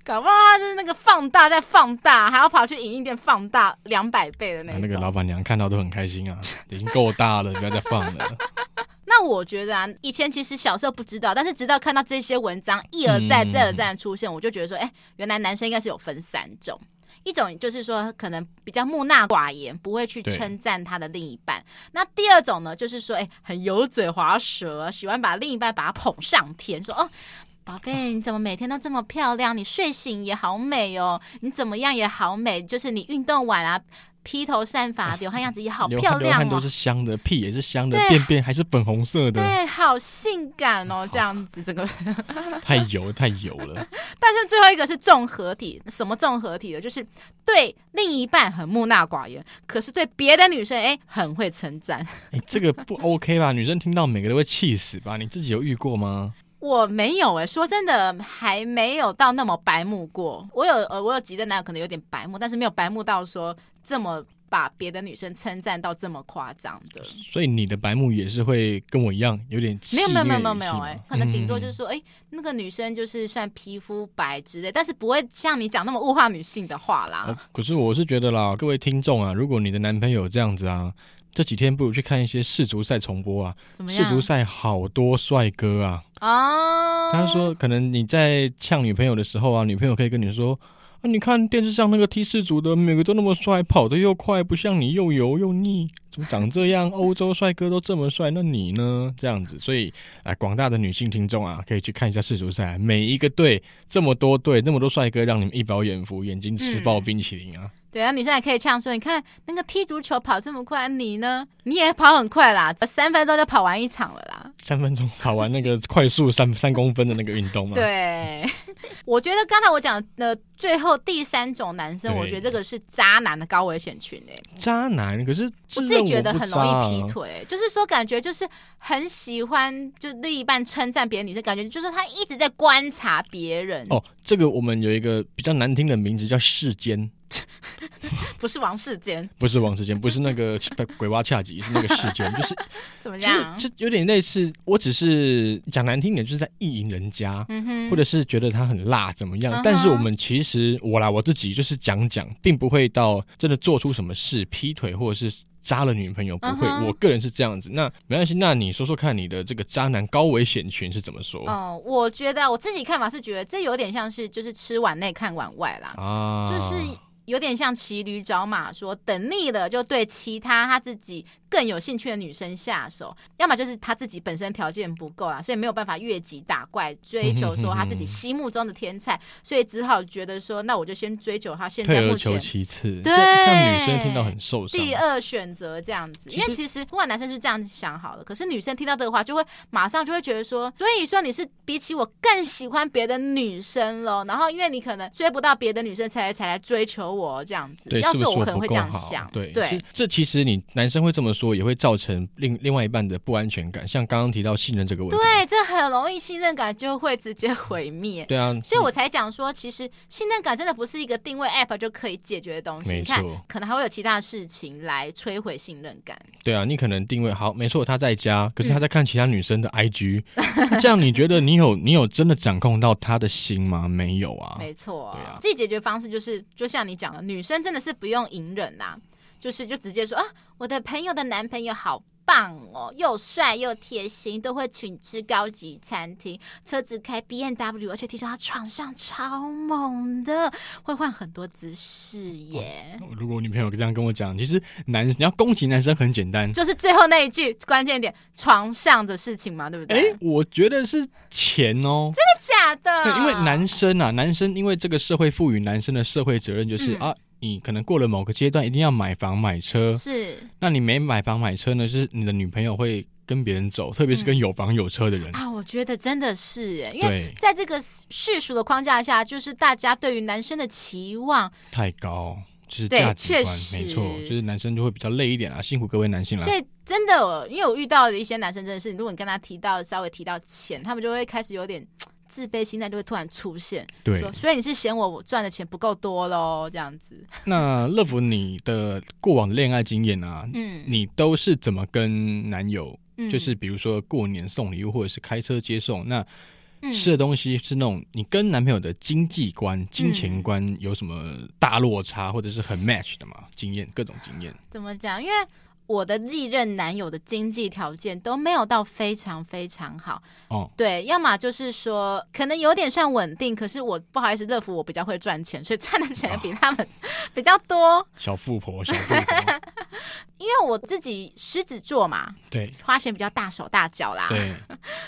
[SPEAKER 1] 搞不好它是那个放大再放大，还要跑去影印店放大两百倍的那
[SPEAKER 2] 啊
[SPEAKER 1] 种。
[SPEAKER 2] 那个老板娘看到都很开 心啊，已经够大了，不要再放了。
[SPEAKER 1] 那我觉得啊，以前其实小时候不知道，但是直到看到这些文章一而再、
[SPEAKER 2] 嗯
[SPEAKER 1] 再而再的出现，我就觉得说，哎、原来男生应该是有分三种。一种就是说可能比较木讷寡言，不会去
[SPEAKER 2] 对
[SPEAKER 1] 称赞他的另一半；那第二种呢，就是说哎、很油嘴滑舌，喜欢把另一半把他捧上天，说哦。宝贝，你怎么每天都这么漂亮？你睡醒也好美哦，你怎么样也好美，就是你运动完啊，披头散发，流汗样子也 好
[SPEAKER 2] 流
[SPEAKER 1] 漂
[SPEAKER 2] 汗流
[SPEAKER 1] 亮
[SPEAKER 2] 汗
[SPEAKER 1] 哦
[SPEAKER 2] 都，是香的，屁也是香的
[SPEAKER 1] 对，
[SPEAKER 2] 便便还是粉红色的，
[SPEAKER 1] 对，好性感哦，这样子整个。
[SPEAKER 2] 太油太油了。
[SPEAKER 1] 但是最后一个是综合体，什么综合体的？就是对另一半很木讷寡言，可是对别的女生哎很会称赞。
[SPEAKER 2] 哎，这个不 OK 吧？女生听到每个都会气死吧？你自己有遇过吗？
[SPEAKER 1] 我没有哎、说真的还没有到那么白目过。我有呃，我有几任男友可能有点白目，但是没有白目到说这么把别的女生称赞到这么夸张的。
[SPEAKER 2] 所以你的白目也是会跟我一样有点气
[SPEAKER 1] 没有没有没有
[SPEAKER 2] 那
[SPEAKER 1] 没
[SPEAKER 2] 个
[SPEAKER 1] 有没
[SPEAKER 2] 语
[SPEAKER 1] 有
[SPEAKER 2] 气
[SPEAKER 1] 哎、
[SPEAKER 2] 吗
[SPEAKER 1] 可能顶多就是
[SPEAKER 2] 嗯
[SPEAKER 1] 说哎、那个女生就是算皮肤白之类，但是不会像你讲那么物化女性的话啦。
[SPEAKER 2] 哦可是我是觉得啦，各位听众啊，如果你的男朋友这样子啊，这几天不如去看一些世足赛重播啊，
[SPEAKER 1] 怎么
[SPEAKER 2] 世
[SPEAKER 1] 样？
[SPEAKER 2] 足赛好多帅哥啊。
[SPEAKER 1] 啊，
[SPEAKER 2] 他说，可能你在呛女朋友的时候啊，女朋友可以跟你说。啊、你看电视上那个 T 四组的，每个都那么帅，跑得又快，不像你又油又腻，怎么长这样？欧洲帅哥都这么帅，那你呢？这样子，所以啊，广大的女性听众啊，可以去看一下世足赛，啊每一个队这么多队，那么多帅哥，让你们一饱眼福，眼睛吃爆
[SPEAKER 1] 嗯
[SPEAKER 2] 冰淇淋啊！
[SPEAKER 1] 对啊，女生还可以这样说：“你看那个踢足球跑这么快，你呢？你也跑很快啦，三分钟就跑完一场了啦。
[SPEAKER 2] 三分钟跑完那个快速三三公分的那个运动啊嘛，，
[SPEAKER 1] 对， 我觉得刚才我讲的呃最后第三种男生，
[SPEAKER 2] 对
[SPEAKER 1] 我觉得这个是渣男的高危险群诶、
[SPEAKER 2] 渣男，可是
[SPEAKER 1] 我
[SPEAKER 2] 自
[SPEAKER 1] 自
[SPEAKER 2] 认
[SPEAKER 1] 己觉得
[SPEAKER 2] 不
[SPEAKER 1] 很容
[SPEAKER 2] 渣
[SPEAKER 1] 易
[SPEAKER 2] 啊
[SPEAKER 1] 劈腿、欸就是说感觉就是很喜欢就另一半称赞别的女生，感觉就是他一直在观察别人，
[SPEAKER 2] 哦，这个我们有一个比较难听的名字叫世间，
[SPEAKER 1] 不是王世坚，
[SPEAKER 2] 不是王世坚，不是 那个鬼娃恰吉，是那个世间，就是
[SPEAKER 1] 怎么样？
[SPEAKER 2] 就是就有点类似，我只是讲难听点，就是在意淫人家。
[SPEAKER 1] 嗯哼，
[SPEAKER 2] 或者是觉得他很辣怎么样
[SPEAKER 1] 嗯哼
[SPEAKER 2] 但是我们其实我啦我自己就是讲讲，并不会到真的做出什么事，劈腿或者是渣了女朋友不会。
[SPEAKER 1] 嗯哼
[SPEAKER 2] 我个人是这样子。那没关系，那你说说看你的这个渣男高危险群是怎么说、
[SPEAKER 1] 哦，我觉得我自己看法是觉得这有点像是就是吃碗内看碗外啦，
[SPEAKER 2] 啊？
[SPEAKER 1] 就是有点像骑驴找马说等腻了就对其他他自己更有兴趣的女生下手，要么就是他自己本身条件不够啦，所以没有办法越级打怪追求说他自
[SPEAKER 2] 嗯
[SPEAKER 1] 己心目中的天才，所以只好觉得说那我就先追求他现在
[SPEAKER 2] 退
[SPEAKER 1] 目
[SPEAKER 2] 而求
[SPEAKER 1] 前。
[SPEAKER 2] 其次，
[SPEAKER 1] 对
[SPEAKER 2] 这让女生听到很受伤。
[SPEAKER 1] 第二选择这样子，因为
[SPEAKER 2] 其
[SPEAKER 1] 其
[SPEAKER 2] 实
[SPEAKER 1] 实不管男生是不是这样想好了，可是女生听到这个话就会马上就会觉得说，所以说你是比起我更喜欢别的女生咯，然后因为你可能追不到别的女生才来才来追求我这样子，
[SPEAKER 2] 对，
[SPEAKER 1] 要
[SPEAKER 2] 是不
[SPEAKER 1] 我
[SPEAKER 2] 我
[SPEAKER 1] 可能
[SPEAKER 2] 不
[SPEAKER 1] 会这
[SPEAKER 2] 够
[SPEAKER 1] 样
[SPEAKER 2] 好
[SPEAKER 1] 想，
[SPEAKER 2] 对，这这其实你男生会这么说，也会造成另另外一半的不安全感，像刚刚提到信任这个问题。
[SPEAKER 1] 对，这很容易信任感就会直接毁灭。
[SPEAKER 2] 对啊，
[SPEAKER 1] 所以我才讲说，其实信任感真的不是一个定位 App 就可以解决的东西。
[SPEAKER 2] 没
[SPEAKER 1] 你看
[SPEAKER 2] 错，
[SPEAKER 1] 可能还会有其他的事情来摧毁信任感。
[SPEAKER 2] 对啊，你可能定位好，没错，他在家，可是
[SPEAKER 1] 嗯
[SPEAKER 2] 他在看其他女生的 IG，、这样你觉得你有你有真的掌控到他的心吗？没有啊，
[SPEAKER 1] 没错、
[SPEAKER 2] 对啊
[SPEAKER 1] 自己解决方式就是，就像你讲的，女生真的是不用隐忍啦、就是就直接说啊，我的朋友的男朋友好。棒哦，又帅又贴心，都会请吃高级餐厅，车子开 B N W，而且听说他床上超猛的，会换很多姿势耶。
[SPEAKER 2] 如果我女朋友这样跟我讲，其实男你要攻击男生很简单，
[SPEAKER 1] 就是最后那一句关键点，床上的事情嘛，对不对？
[SPEAKER 2] 哎、我觉得是钱哦，
[SPEAKER 1] 假的，
[SPEAKER 2] 对，因为男生啊，男生因为这个社会赋予男生的社会责任就是、
[SPEAKER 1] 嗯
[SPEAKER 2] 啊，你可能过了某个阶段一定要买房买车，
[SPEAKER 1] 是
[SPEAKER 2] 那你没买房买车呢，就是你的女朋友会跟别人走，特别是跟有房有车的人。
[SPEAKER 1] 嗯啊，我觉得真的是耶，因为
[SPEAKER 2] 对，
[SPEAKER 1] 在这个世俗的框架下，就是大家对于男生的期望，
[SPEAKER 2] 太高，就是
[SPEAKER 1] 对
[SPEAKER 2] 价值观
[SPEAKER 1] 确，实
[SPEAKER 2] 没错，就是男生就会比较累一点啊，辛苦各位男性啦
[SPEAKER 1] 所。以真的我，因为我遇到的一些男生，真的是，如果你跟他提到稍微提到钱，他们就会开始有点。自卑心态就会突然出现，
[SPEAKER 2] 对，
[SPEAKER 1] 说，所以你是嫌我赚的钱不够多喽，这样子，
[SPEAKER 2] 那乐福，你的过往的恋爱经验啊，
[SPEAKER 1] 嗯，
[SPEAKER 2] 你都是怎么跟男友？
[SPEAKER 1] 嗯
[SPEAKER 2] 就是比如说过年送礼物，或者是开车接送，那
[SPEAKER 1] 嗯
[SPEAKER 2] 吃的东西是那种你跟男朋友的经济观、金钱
[SPEAKER 1] 嗯
[SPEAKER 2] 观有什么大落差，或者是很 match 的嘛？经验各种经验，
[SPEAKER 1] 怎么讲？因为我的历任男友的经济条件都没有到非常非常好，
[SPEAKER 2] 哦，
[SPEAKER 1] 对，要么就是说可能有点算稳定，可是我不好意思，乐福我比较会赚钱，所以赚的钱比他们 比较多。
[SPEAKER 2] 小富婆，小 富婆，
[SPEAKER 1] 因为我自己狮子座嘛，
[SPEAKER 2] 对
[SPEAKER 1] 花钱比较大手大脚啦，
[SPEAKER 2] 对，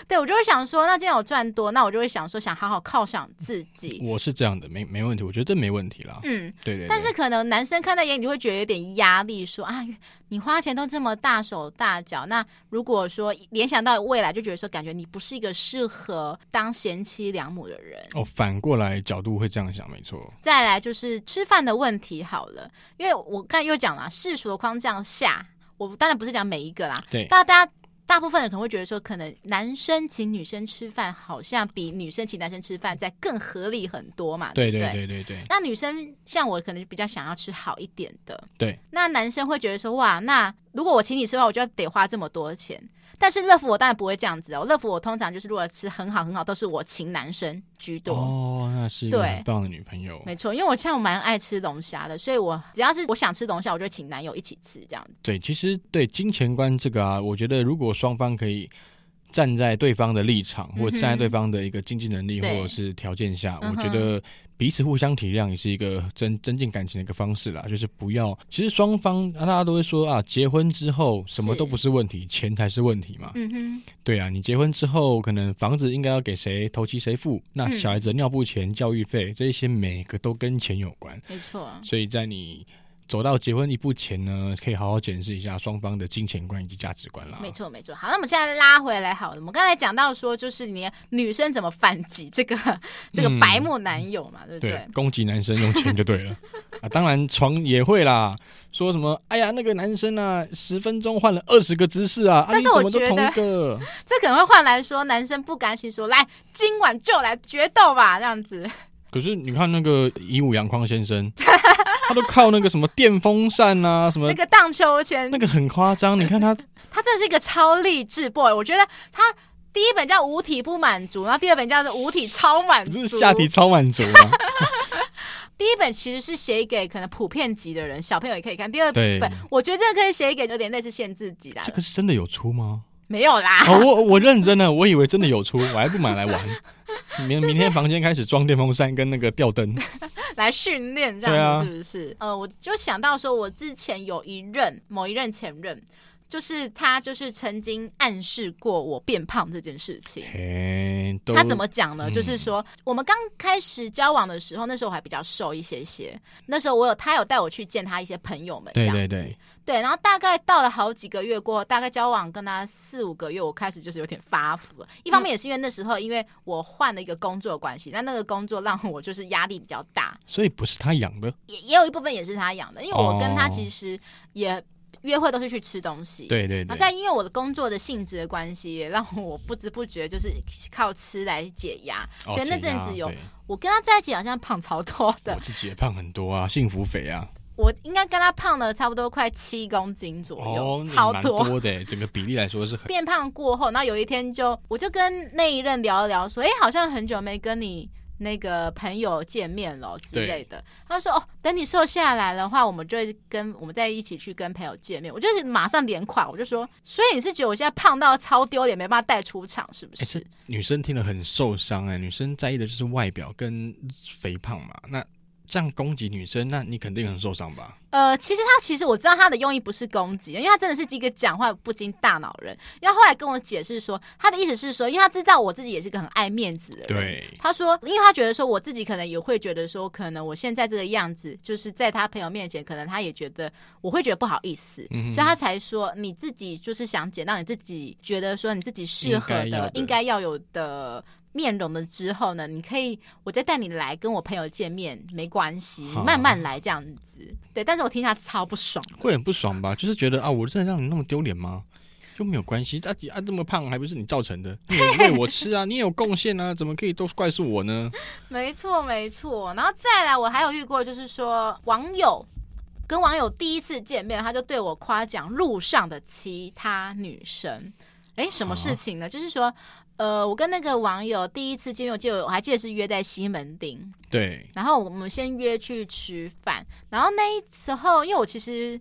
[SPEAKER 1] 对我就会想说，那既然我赚多，那我就会想说想好好犒赏自己。
[SPEAKER 2] 我是这样的，没没问题，我觉得这没问题啦。
[SPEAKER 1] 嗯，
[SPEAKER 2] 对对对，
[SPEAKER 1] 但是可能男生看在眼里会觉得有点压力说，啊，你花钱都这么大手大脚，那如果说联想到未来，就觉得说感觉你不是一个适合当贤妻良母的人。
[SPEAKER 2] 哦，反过来角度会这样想，没错。
[SPEAKER 1] 再来就是吃饭的问题好了，因为我刚才又讲了世俗的框架下，我当然不是讲每一个啦，
[SPEAKER 2] 对
[SPEAKER 1] 大大家。大部分人可能会觉得说，可能男生请女生吃饭，好像比女生请男生吃饭在更合理很多嘛，
[SPEAKER 2] 对
[SPEAKER 1] 不
[SPEAKER 2] 对
[SPEAKER 1] 对
[SPEAKER 2] 对对对
[SPEAKER 1] 那女生像我，可能比较想要吃好一点的。
[SPEAKER 2] 对，
[SPEAKER 1] 那男生会觉得说，哇，那如果我请你吃的话，我就得花这么多钱。但是乐福我当然不会这样子哦，乐福我通常就是如果吃很好很好，都是我请男生居多。
[SPEAKER 2] 哦，那是一个
[SPEAKER 1] 对
[SPEAKER 2] 很棒的女朋友。
[SPEAKER 1] 没错，因为我像我蛮爱吃龙虾的，所以我只要是我想吃龙虾，我就请男友一起吃这样子。
[SPEAKER 2] 对，其实对金钱观这个啊，我觉得如果双方可以站在对方的立场，或
[SPEAKER 1] 嗯哼
[SPEAKER 2] 站在对方的一个经济能力或
[SPEAKER 1] 对
[SPEAKER 2] 者是条件下，
[SPEAKER 1] 嗯
[SPEAKER 2] 我
[SPEAKER 1] 哼
[SPEAKER 2] 觉得彼此互相体谅也是一个增增进感情的一个方式啦。就是不要，其实双方啊大家都会说啊，结婚之后什么
[SPEAKER 1] 是
[SPEAKER 2] 都不是问题，钱才是问题嘛。
[SPEAKER 1] 嗯
[SPEAKER 2] 对啊，你结婚之后，可能房子应该要给谁，头期谁付？那
[SPEAKER 1] 嗯
[SPEAKER 2] 小孩子的尿布钱、教育费，这一些每个都跟钱有关。
[SPEAKER 1] 哼，没错。
[SPEAKER 2] 所以在你走到结婚一步前呢，可以好好检视一下双方的金钱观以及价值观啦。
[SPEAKER 1] 没错，没错。好，那我们现在拉回来好了。我们刚才讲到说，就是你女生怎么反击这 个这个
[SPEAKER 2] 嗯
[SPEAKER 1] 白目男友嘛，对不
[SPEAKER 2] 对
[SPEAKER 1] 对？，
[SPEAKER 2] 攻击男生用钱就对了 啊，当然床也会啦，说什么哎呀那个男生啊，十分钟换了二十个姿势啊，啊
[SPEAKER 1] 但是
[SPEAKER 2] 你怎
[SPEAKER 1] 我
[SPEAKER 2] 么都
[SPEAKER 1] 觉
[SPEAKER 2] 同一
[SPEAKER 1] 得
[SPEAKER 2] 个？
[SPEAKER 1] 这可能会换来说，男生不甘心说，来今晚就来决斗吧，这样子。
[SPEAKER 2] 可是你看那个以武阳光先生，他都靠那个什么电风扇啊，什么
[SPEAKER 1] 那个荡秋千
[SPEAKER 2] 那，个很夸张，你看他
[SPEAKER 1] 他真的是一个超励志 boy。我觉得他第一本叫《五体不满足》，然后第二本叫做《五体超满足
[SPEAKER 2] 就是》，下体超满足啊，
[SPEAKER 1] 第一本其实是写给可能普遍级的人，小朋友也可以看。第二
[SPEAKER 2] 对
[SPEAKER 1] 本我觉得这个可以写给有点类似限制级的
[SPEAKER 2] 这
[SPEAKER 1] 啦，
[SPEAKER 2] 个是真的有出吗？
[SPEAKER 1] 没有啦。
[SPEAKER 2] 哦，我我认真的，我以为真的有出，我还不买来玩。 明明天房间开始装电风扇跟那个 吊灯，
[SPEAKER 1] 来训练这
[SPEAKER 2] 对
[SPEAKER 1] 样
[SPEAKER 2] 啊
[SPEAKER 1] 子是不是？呃，我就想到说，我之前有一任某一任前任，就是他就是曾经暗示过我变胖这件事情。
[SPEAKER 2] 嘿，都
[SPEAKER 1] 他怎么讲呢？
[SPEAKER 2] 嗯
[SPEAKER 1] 就是说，我们刚开始交往的时候，那时候我还比较瘦一些些。那时候我有他有带我去见他一些朋友们，这
[SPEAKER 2] 对
[SPEAKER 1] 样
[SPEAKER 2] 对
[SPEAKER 1] 子
[SPEAKER 2] 对，
[SPEAKER 1] 对，然后大概到了好几个月过后，大概交往跟他四五个月，我开始就是有点发福了。一方
[SPEAKER 2] 嗯
[SPEAKER 1] 面也是因为那时候，因为我换了一个工作的关系，那那个工作让我就是压力比较大，
[SPEAKER 2] 所以不是他养的，
[SPEAKER 1] 也也有一部分也是他养的，因为我跟他
[SPEAKER 2] 哦
[SPEAKER 1] 其实也约会都是去吃东西。。
[SPEAKER 2] 对对
[SPEAKER 1] 那
[SPEAKER 2] 对，
[SPEAKER 1] 再因为我的工作的性质的关系，也让我不知不觉就是靠吃来解压。
[SPEAKER 2] 哦
[SPEAKER 1] 所以那
[SPEAKER 2] 解压
[SPEAKER 1] 阵子有
[SPEAKER 2] 对哦
[SPEAKER 1] 我跟他在一起好像胖超多的
[SPEAKER 2] 我，自己也胖很多啊，幸福肥啊，
[SPEAKER 1] 我应该跟他胖了差不多快七公斤左右，
[SPEAKER 2] 哦，
[SPEAKER 1] 超
[SPEAKER 2] 蛮
[SPEAKER 1] 多。
[SPEAKER 2] 多的，整个比例来说是很
[SPEAKER 1] 变胖过后，然后有一天就我就跟那一任聊一聊，说，哎、好像很久没跟你那个朋友见面了之类的。他说，哦，等你瘦下来的话，我们就会跟我们在一起去跟朋友见面。我就是马上脸垮，我就说，所以你是觉得我现在胖到超丢脸，没办法带出场，是不
[SPEAKER 2] 哎，
[SPEAKER 1] 是？
[SPEAKER 2] 这女生听了很受伤哎、女生在意的就是外表跟肥胖嘛，那这样攻击女生，那你肯定很受伤吧？
[SPEAKER 1] 呃，其实他其实我知道他的用意不是攻击，因为他真的是一个讲话不
[SPEAKER 2] 嗯
[SPEAKER 1] 经大脑人。因为他后来跟我解释说，他的意思是说，因为他知道我自己也是个很爱面子的人，
[SPEAKER 2] 对，
[SPEAKER 1] 他说，因为他觉得说我自己可能也会觉得说，可能我现在这个样子，就是在他朋友面前，可能他也觉得我会觉得不好意思，
[SPEAKER 2] 嗯哼
[SPEAKER 1] 所以他才说你自己就是想减到你自己觉得说你自己适合
[SPEAKER 2] 应该要
[SPEAKER 1] 的
[SPEAKER 2] 的，
[SPEAKER 1] 应该要有的。面容的之后呢，你可以，我再带你来跟我朋友见面，没关系，你
[SPEAKER 2] 好
[SPEAKER 1] 慢慢来这样子。对，但是我听下超不爽的，
[SPEAKER 2] 会很不爽吧？就是觉得啊，我真的让你那么丢脸吗？就没有关系，啊啊这么胖还不是你造成的，你也喂我吃啊，你 也有贡献啊，怎么可以都怪是我呢？
[SPEAKER 1] 没错，没错。然后再来，我还有遇过，就是说网友跟网友第一次见面，他就对我夸奖路上的其他女生。诶，什么事情呢？就是说，呃，我跟那个网友第一次见面，我记得我还记得是约在西门町，
[SPEAKER 2] 对，
[SPEAKER 1] 然后我们先约去吃饭，然后那一时候，因为我其实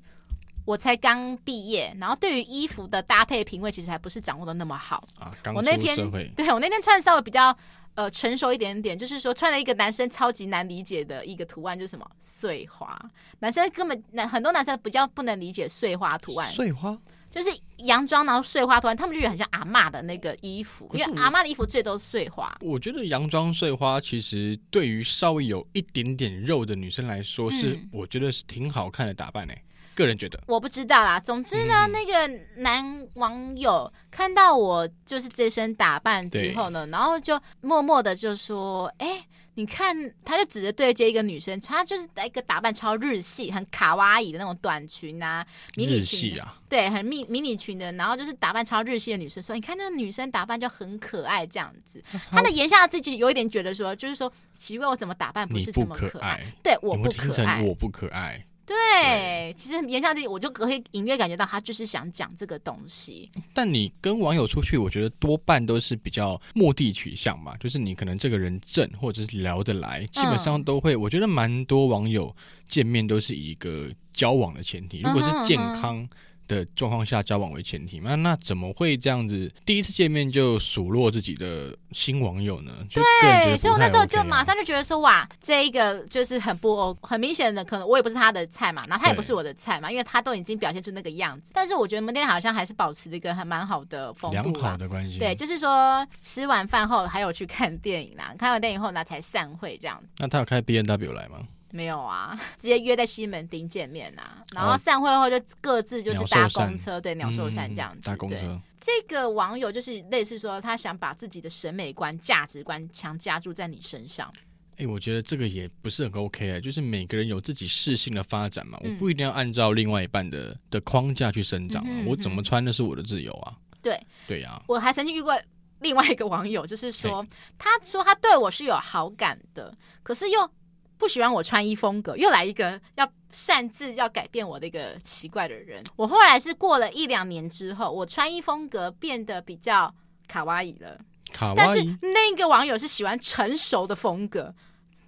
[SPEAKER 1] 我才刚毕业，然后对于衣服的搭配品味其实还不是掌握的那么好。
[SPEAKER 2] 啊，刚
[SPEAKER 1] 我那
[SPEAKER 2] 出
[SPEAKER 1] 天
[SPEAKER 2] 社会，
[SPEAKER 1] 对我那天穿稍微比较呃成熟一点点，就是说穿了一个男生超级难理解的一个图案，就是什么碎花，男生根本男很多男生比较不能理解碎花图案，
[SPEAKER 2] 碎花
[SPEAKER 1] 就是洋装然后碎花图案，他们就觉得很像阿嬷的那个衣服，
[SPEAKER 2] 可
[SPEAKER 1] 因
[SPEAKER 2] 是
[SPEAKER 1] 为
[SPEAKER 2] 我
[SPEAKER 1] 阿嬷的衣服最多是碎花。
[SPEAKER 2] 我觉得洋装碎花其实对于稍微有一点点肉的女生来说是，
[SPEAKER 1] 嗯
[SPEAKER 2] 我觉得是挺好看的打扮诶、欸个人觉得
[SPEAKER 1] 我不知道啦，总之呢，
[SPEAKER 2] 嗯
[SPEAKER 1] 那个男网友看到我就是这身打扮之后呢，然后就默默的就说：“哎、你看，他就指着对接一个女生，她就是一个打扮超日系、很卡哇伊的那种短裙啊、迷你
[SPEAKER 2] 日
[SPEAKER 1] 裙
[SPEAKER 2] 系
[SPEAKER 1] 的，
[SPEAKER 2] 啊，
[SPEAKER 1] 对，很迷迷你裙的，然后就是打扮超日系的女生说：‘你看那个女生打扮就很可爱这样 子。’他的言下之意就是有一点觉得说，就是说奇怪，我怎么打扮不
[SPEAKER 2] 你
[SPEAKER 1] 是这
[SPEAKER 2] 不
[SPEAKER 1] 么
[SPEAKER 2] 可
[SPEAKER 1] 爱？
[SPEAKER 2] 爱，
[SPEAKER 1] 对，我
[SPEAKER 2] 有没
[SPEAKER 1] 不
[SPEAKER 2] 有听
[SPEAKER 1] 可爱。
[SPEAKER 2] 成我不可爱？
[SPEAKER 1] 对，其实言下之意，我就可以隐约感觉到他就是想讲这个东西。
[SPEAKER 2] 但你跟网友出去，我觉得多半都是比较目的取向嘛，就是你可能这个人正，或者是聊得来，基本上都会。我觉得蛮多网友见面都是以一个交往的前提，如
[SPEAKER 1] 嗯
[SPEAKER 2] 果
[SPEAKER 1] 哼
[SPEAKER 2] 是健康的状况下交往为前提嘛，那怎么会这样子第一次见面就数落自己的新网友呢？就个人觉
[SPEAKER 1] 对，
[SPEAKER 2] 得
[SPEAKER 1] 所以我
[SPEAKER 2] 不太
[SPEAKER 1] 那时候
[SPEAKER 2] OK
[SPEAKER 1] 就
[SPEAKER 2] 啊
[SPEAKER 1] 马上就觉得说，哇，这一个就是很不欧，很明显的，可能我也不是他的菜嘛，然后他也
[SPEAKER 2] 对
[SPEAKER 1] 不是我的菜嘛，因为他都已经表现出那个样子。但是我觉得我们店好像还是保持了一个还蛮好的风
[SPEAKER 2] 良
[SPEAKER 1] 度
[SPEAKER 2] 好
[SPEAKER 1] 啦。
[SPEAKER 2] 的关系。
[SPEAKER 1] 啊对，，就是说吃完饭后还有去看电影啦，看完电影后呢才散会这样。
[SPEAKER 2] 那他有开 B N W 来吗？
[SPEAKER 1] 没有啊， 直接约在西门町见面啊，然后
[SPEAKER 2] 哦
[SPEAKER 1] 散会后就各自就是
[SPEAKER 2] 鸟兽
[SPEAKER 1] 搭
[SPEAKER 2] 散
[SPEAKER 1] 公车，对，鸟兽散这样
[SPEAKER 2] 嗯
[SPEAKER 1] 子。
[SPEAKER 2] 搭公
[SPEAKER 1] 对
[SPEAKER 2] 车，
[SPEAKER 1] 这个网友就是类似说，他想把自己的审美观、价值观强加注在你身上。
[SPEAKER 2] 哎、我觉得这个也不是很 OK 啊，就是每个人有自己适性的发展嘛，
[SPEAKER 1] 嗯
[SPEAKER 2] 我不一定要按照另外一半的的框架去生长啊，
[SPEAKER 1] 嗯哼
[SPEAKER 2] 我怎么穿那是我的自由啊。
[SPEAKER 1] 对，
[SPEAKER 2] 对呀、
[SPEAKER 1] 我还曾经遇过另外一个网友，就是说，他说他对我是有好感的，可是又不喜欢我穿衣风格，又来一个要擅自要改变我的一个奇怪的人。我后来是过了一两年之后，我穿衣风格变得比较卡哇伊了。
[SPEAKER 2] 卡
[SPEAKER 1] 但
[SPEAKER 2] 哇
[SPEAKER 1] 是
[SPEAKER 2] 伊。
[SPEAKER 1] 那个网友是喜欢成熟的风格，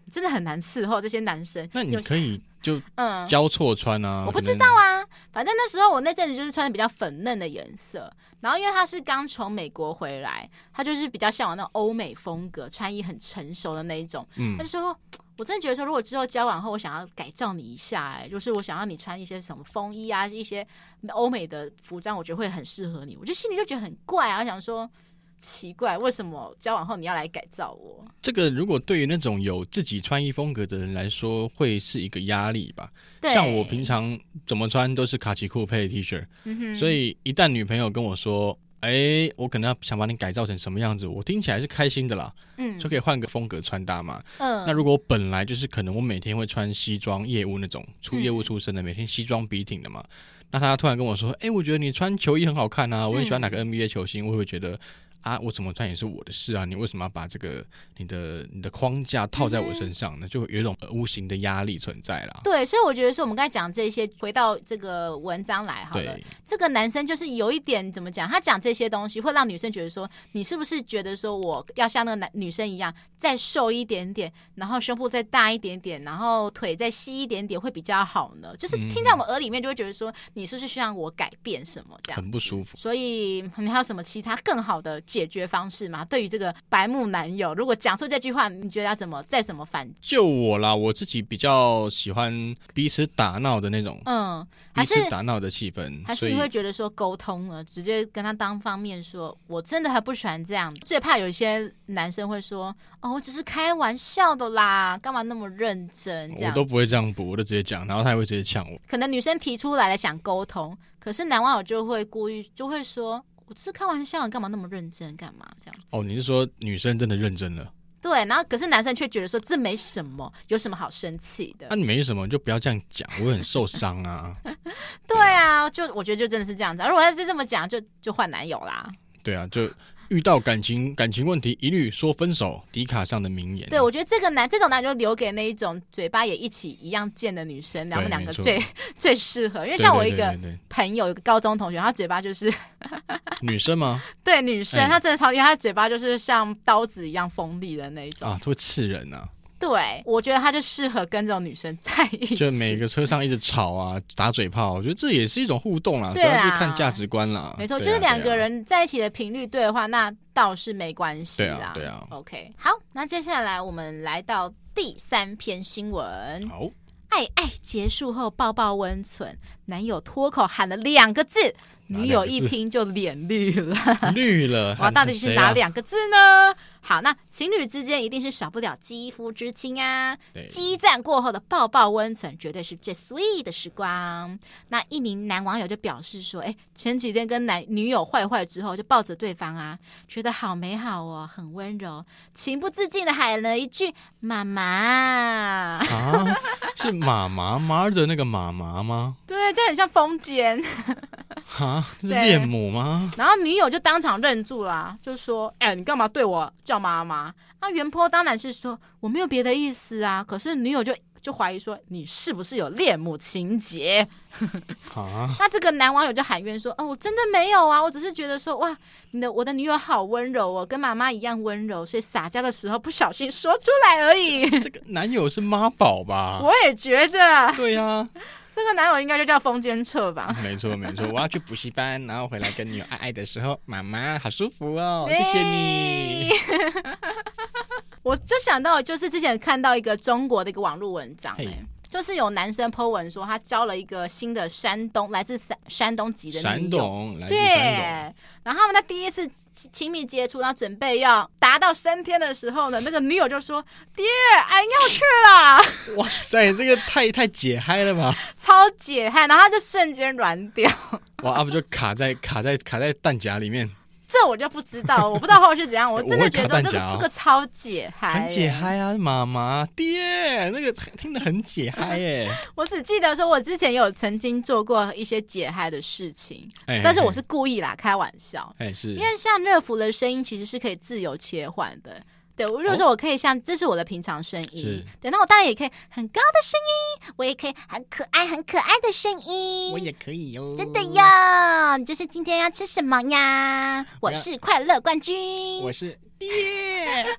[SPEAKER 1] 真的很难伺候这些男生。
[SPEAKER 2] 那你
[SPEAKER 1] 有些
[SPEAKER 2] 可以就
[SPEAKER 1] 嗯，
[SPEAKER 2] 交错穿啊，
[SPEAKER 1] 我不知
[SPEAKER 2] 道
[SPEAKER 1] 道啊，反正那时候我那阵子就是穿的比较粉嫩的颜色，然后因为他是刚从美国回来，他就是比较向往那种欧美风格，穿衣很成熟的那一种。
[SPEAKER 2] 嗯
[SPEAKER 1] 他就说，我真的觉得说，如果之后交往后，我想要改造你一下、哎，就是我想要你穿一些什么风衣啊，一些欧美的服装，我觉得会很适合你。我就心里就觉得很怪啊，我想说奇怪，为什么交往后你要来改造我？
[SPEAKER 2] 这个如果对于那种有自己穿衣风格的人来说，会是一个压力吧。
[SPEAKER 1] 对，
[SPEAKER 2] 像我平常怎么穿都是卡其裤配 T 恤，
[SPEAKER 1] 嗯哼，
[SPEAKER 2] 所以一旦女朋友跟我说，哎、我可能要想把你改造成什么样子，我听起来是开心的啦，
[SPEAKER 1] 嗯
[SPEAKER 2] 就可以换个风格穿搭嘛。
[SPEAKER 1] 嗯，
[SPEAKER 2] 那如果我本来就是可能我每天会穿西装业务那种出业务出身的，每天西装笔挺的嘛，那他突然跟我说：“哎、我觉得你穿球衣很好看
[SPEAKER 1] 嗯
[SPEAKER 2] 啊，我很喜欢哪个 NBA 球星。”我也会觉得啊，我怎么穿也是我的事啊，你为什么要把这个你的你的框架套在我身
[SPEAKER 1] 嗯
[SPEAKER 2] 上呢？就有一种呃无形的压力存在啦。
[SPEAKER 1] 对，所以我觉得说我们刚才讲这些，回到这个文章来好了
[SPEAKER 2] 对。，
[SPEAKER 1] 这个男生就是有一点怎么讲，他讲这些东西会让女生觉得说，你是不是觉得说我要像那个男女生一样，再瘦一点点，然后胸部再大一点点，然后腿再细一点点会比较好呢？就是
[SPEAKER 2] 嗯
[SPEAKER 1] 听在我们耳里面就会觉得说，你是不是需要我改变什么这样？
[SPEAKER 2] 很不舒服。
[SPEAKER 1] 所以你还有什么其他更好的解决方式吗？对于这个白目男友，如果讲出这句话，你觉得要怎么再怎么反？
[SPEAKER 2] 就我啦，我自己比较喜欢彼此打闹的那种，
[SPEAKER 1] 嗯，还
[SPEAKER 2] 彼
[SPEAKER 1] 是
[SPEAKER 2] 此打闹的气氛，
[SPEAKER 1] 还是
[SPEAKER 2] 嗯所以
[SPEAKER 1] 你会觉得说沟通了，直接跟他当方面说，我真的很不喜欢这样。最怕有一些男生会说，哦，我只是开玩笑的啦，干嘛那么认真？这
[SPEAKER 2] 我
[SPEAKER 1] 样
[SPEAKER 2] 都不会这样补，我就直接讲，然后他也会直接呛我。
[SPEAKER 1] 可能女生提出来了想沟通，可是男网友就会故意就会说，我只是开玩笑，你干嘛那么认真？干嘛这样？
[SPEAKER 2] 哦，你是说女生真的认真了？
[SPEAKER 1] 对，然后可是男生却觉得说这没什么，有什么好生气的？
[SPEAKER 2] 那、你没什么，就不要这样讲，我会很受伤啊。
[SPEAKER 1] 对啊，就我觉得就真的是这样子。如果要是这么讲，就就换男友啦。
[SPEAKER 2] 对啊，就遇到感情感情问题，一律说分手。迪卡上的名言。
[SPEAKER 1] 对，我觉得这个男这种男就留给那一种嘴巴也一起一样贱的女生，然后
[SPEAKER 2] 对
[SPEAKER 1] 两个
[SPEAKER 2] 没错
[SPEAKER 1] 最最适合。因为
[SPEAKER 2] 对
[SPEAKER 1] 像我一
[SPEAKER 2] 对
[SPEAKER 1] 个
[SPEAKER 2] 对对
[SPEAKER 1] 朋友，有个高中同学，她嘴巴就是
[SPEAKER 2] 对女 生吗？
[SPEAKER 1] 对女生，
[SPEAKER 2] 哎哦
[SPEAKER 1] 她真的超厉害，她嘴巴就是像刀子一样锋利的那一种。
[SPEAKER 2] 啊，会刺人啊。
[SPEAKER 1] 对，我觉得他就适合跟这种女生在一起。
[SPEAKER 2] 就每个车上一直吵啊，打嘴炮，我觉得这也是一种互动啦，主
[SPEAKER 1] 对
[SPEAKER 2] 要是
[SPEAKER 1] 啦
[SPEAKER 2] 看价值观啦。
[SPEAKER 1] 没错，
[SPEAKER 2] 对啊
[SPEAKER 1] 就是两
[SPEAKER 2] 对
[SPEAKER 1] 个
[SPEAKER 2] 啊
[SPEAKER 1] 人在一起的频率对的话，那倒是没关系
[SPEAKER 2] 对啊
[SPEAKER 1] 啦。
[SPEAKER 2] 对啊
[SPEAKER 1] OK，好，那接下来我们来到第三篇新闻：
[SPEAKER 2] 好，
[SPEAKER 1] 爱爱结束后抱抱温存，男友脱口喊了两个字，
[SPEAKER 2] 哪
[SPEAKER 1] 女友
[SPEAKER 2] 两个
[SPEAKER 1] 一
[SPEAKER 2] 字
[SPEAKER 1] 听就脸绿了。
[SPEAKER 2] 绿了，
[SPEAKER 1] 哇，
[SPEAKER 2] 喊
[SPEAKER 1] 到底是
[SPEAKER 2] 谁
[SPEAKER 1] 哪
[SPEAKER 2] 啊？
[SPEAKER 1] 两个字呢？好，那情侣之间一定是少不了肌肤之亲啊。
[SPEAKER 2] 对
[SPEAKER 1] 激战过后的抱抱温存，绝对是最 sweet 的时光。那一名男网友就表示说：“哎，前几天跟男女友坏坏之后，就抱着对方啊，觉得好美好哦，很温柔，情不自禁的喊了一句‘妈妈
[SPEAKER 2] 啊，是妈妈妈的那个妈妈吗’，？
[SPEAKER 1] 对，就很像风间。
[SPEAKER 2] 啊，是
[SPEAKER 1] 对
[SPEAKER 2] 恋母吗？
[SPEAKER 1] 然后女友就当场愣住啦、就说：‘哎，你干嘛对我叫妈妈？’那袁坡当然是说我没有别的意思啊。可是女友就就怀疑说你是不是有恋母情节？”
[SPEAKER 2] 啊，
[SPEAKER 1] 那这个男网友就喊冤说：“哦，我真的没有啊，我只是觉得说，哇，你的我的女友好温柔哦，跟妈妈一样温柔，所以撒娇的时候不小心说出来而已。
[SPEAKER 2] 这个男友是妈宝吧？
[SPEAKER 1] 我也觉得
[SPEAKER 2] 对呀、
[SPEAKER 1] 这个男友应该就叫风间彻吧。
[SPEAKER 2] 没错没错，我要去补习班，然后回来跟女友爱哎爱的时候，妈妈好舒服 哦，谢谢你。
[SPEAKER 1] 我就想到，就是之前看到一个中国的一个网络文章、
[SPEAKER 2] 嘿
[SPEAKER 1] 哎，就是有男生 po 文说他交了一个新的山东来自山山东籍的
[SPEAKER 2] 山
[SPEAKER 1] 女友。
[SPEAKER 2] 东，来自
[SPEAKER 1] 对
[SPEAKER 2] 山，
[SPEAKER 1] 然后他们在第一次亲亲密接触，然后准备要达到升天的时候呢，那个女友就说：“爹，俺要去了。”
[SPEAKER 2] 东。哇塞，这个太太解嗨了吧？
[SPEAKER 1] 超解汗，然后他就瞬间软掉。
[SPEAKER 2] 哇，啊阿、不就卡在卡在卡在弹夹里面，
[SPEAKER 1] 这我就不知道，我不知道后续怎样。我真的觉得说这
[SPEAKER 2] 我会卡弹夹
[SPEAKER 1] 个
[SPEAKER 2] 哦
[SPEAKER 1] 这个超解嗨，
[SPEAKER 2] 很解。嗨啊，妈妈爹，那个听得很解嗨 耶。
[SPEAKER 1] 我只记得说，我之前有曾经做过一些解嗨的事情，
[SPEAKER 2] 哎
[SPEAKER 1] 但是我是故意啦，开玩笑。
[SPEAKER 2] 哎是，
[SPEAKER 1] 因为像热芙的声音其实是可以自由切换的。对，我如果说我可以像，这是我的平常声音
[SPEAKER 2] 哦是，
[SPEAKER 1] 对，那我当然也可以很高的声音，我也可以很可爱、很可爱的声音，
[SPEAKER 2] 我也可以哦哟，
[SPEAKER 1] 真的。呀！你就是今天要吃什么呀？
[SPEAKER 2] 我
[SPEAKER 1] 我
[SPEAKER 2] 要
[SPEAKER 1] 是快乐冠军。
[SPEAKER 2] 我是 爹，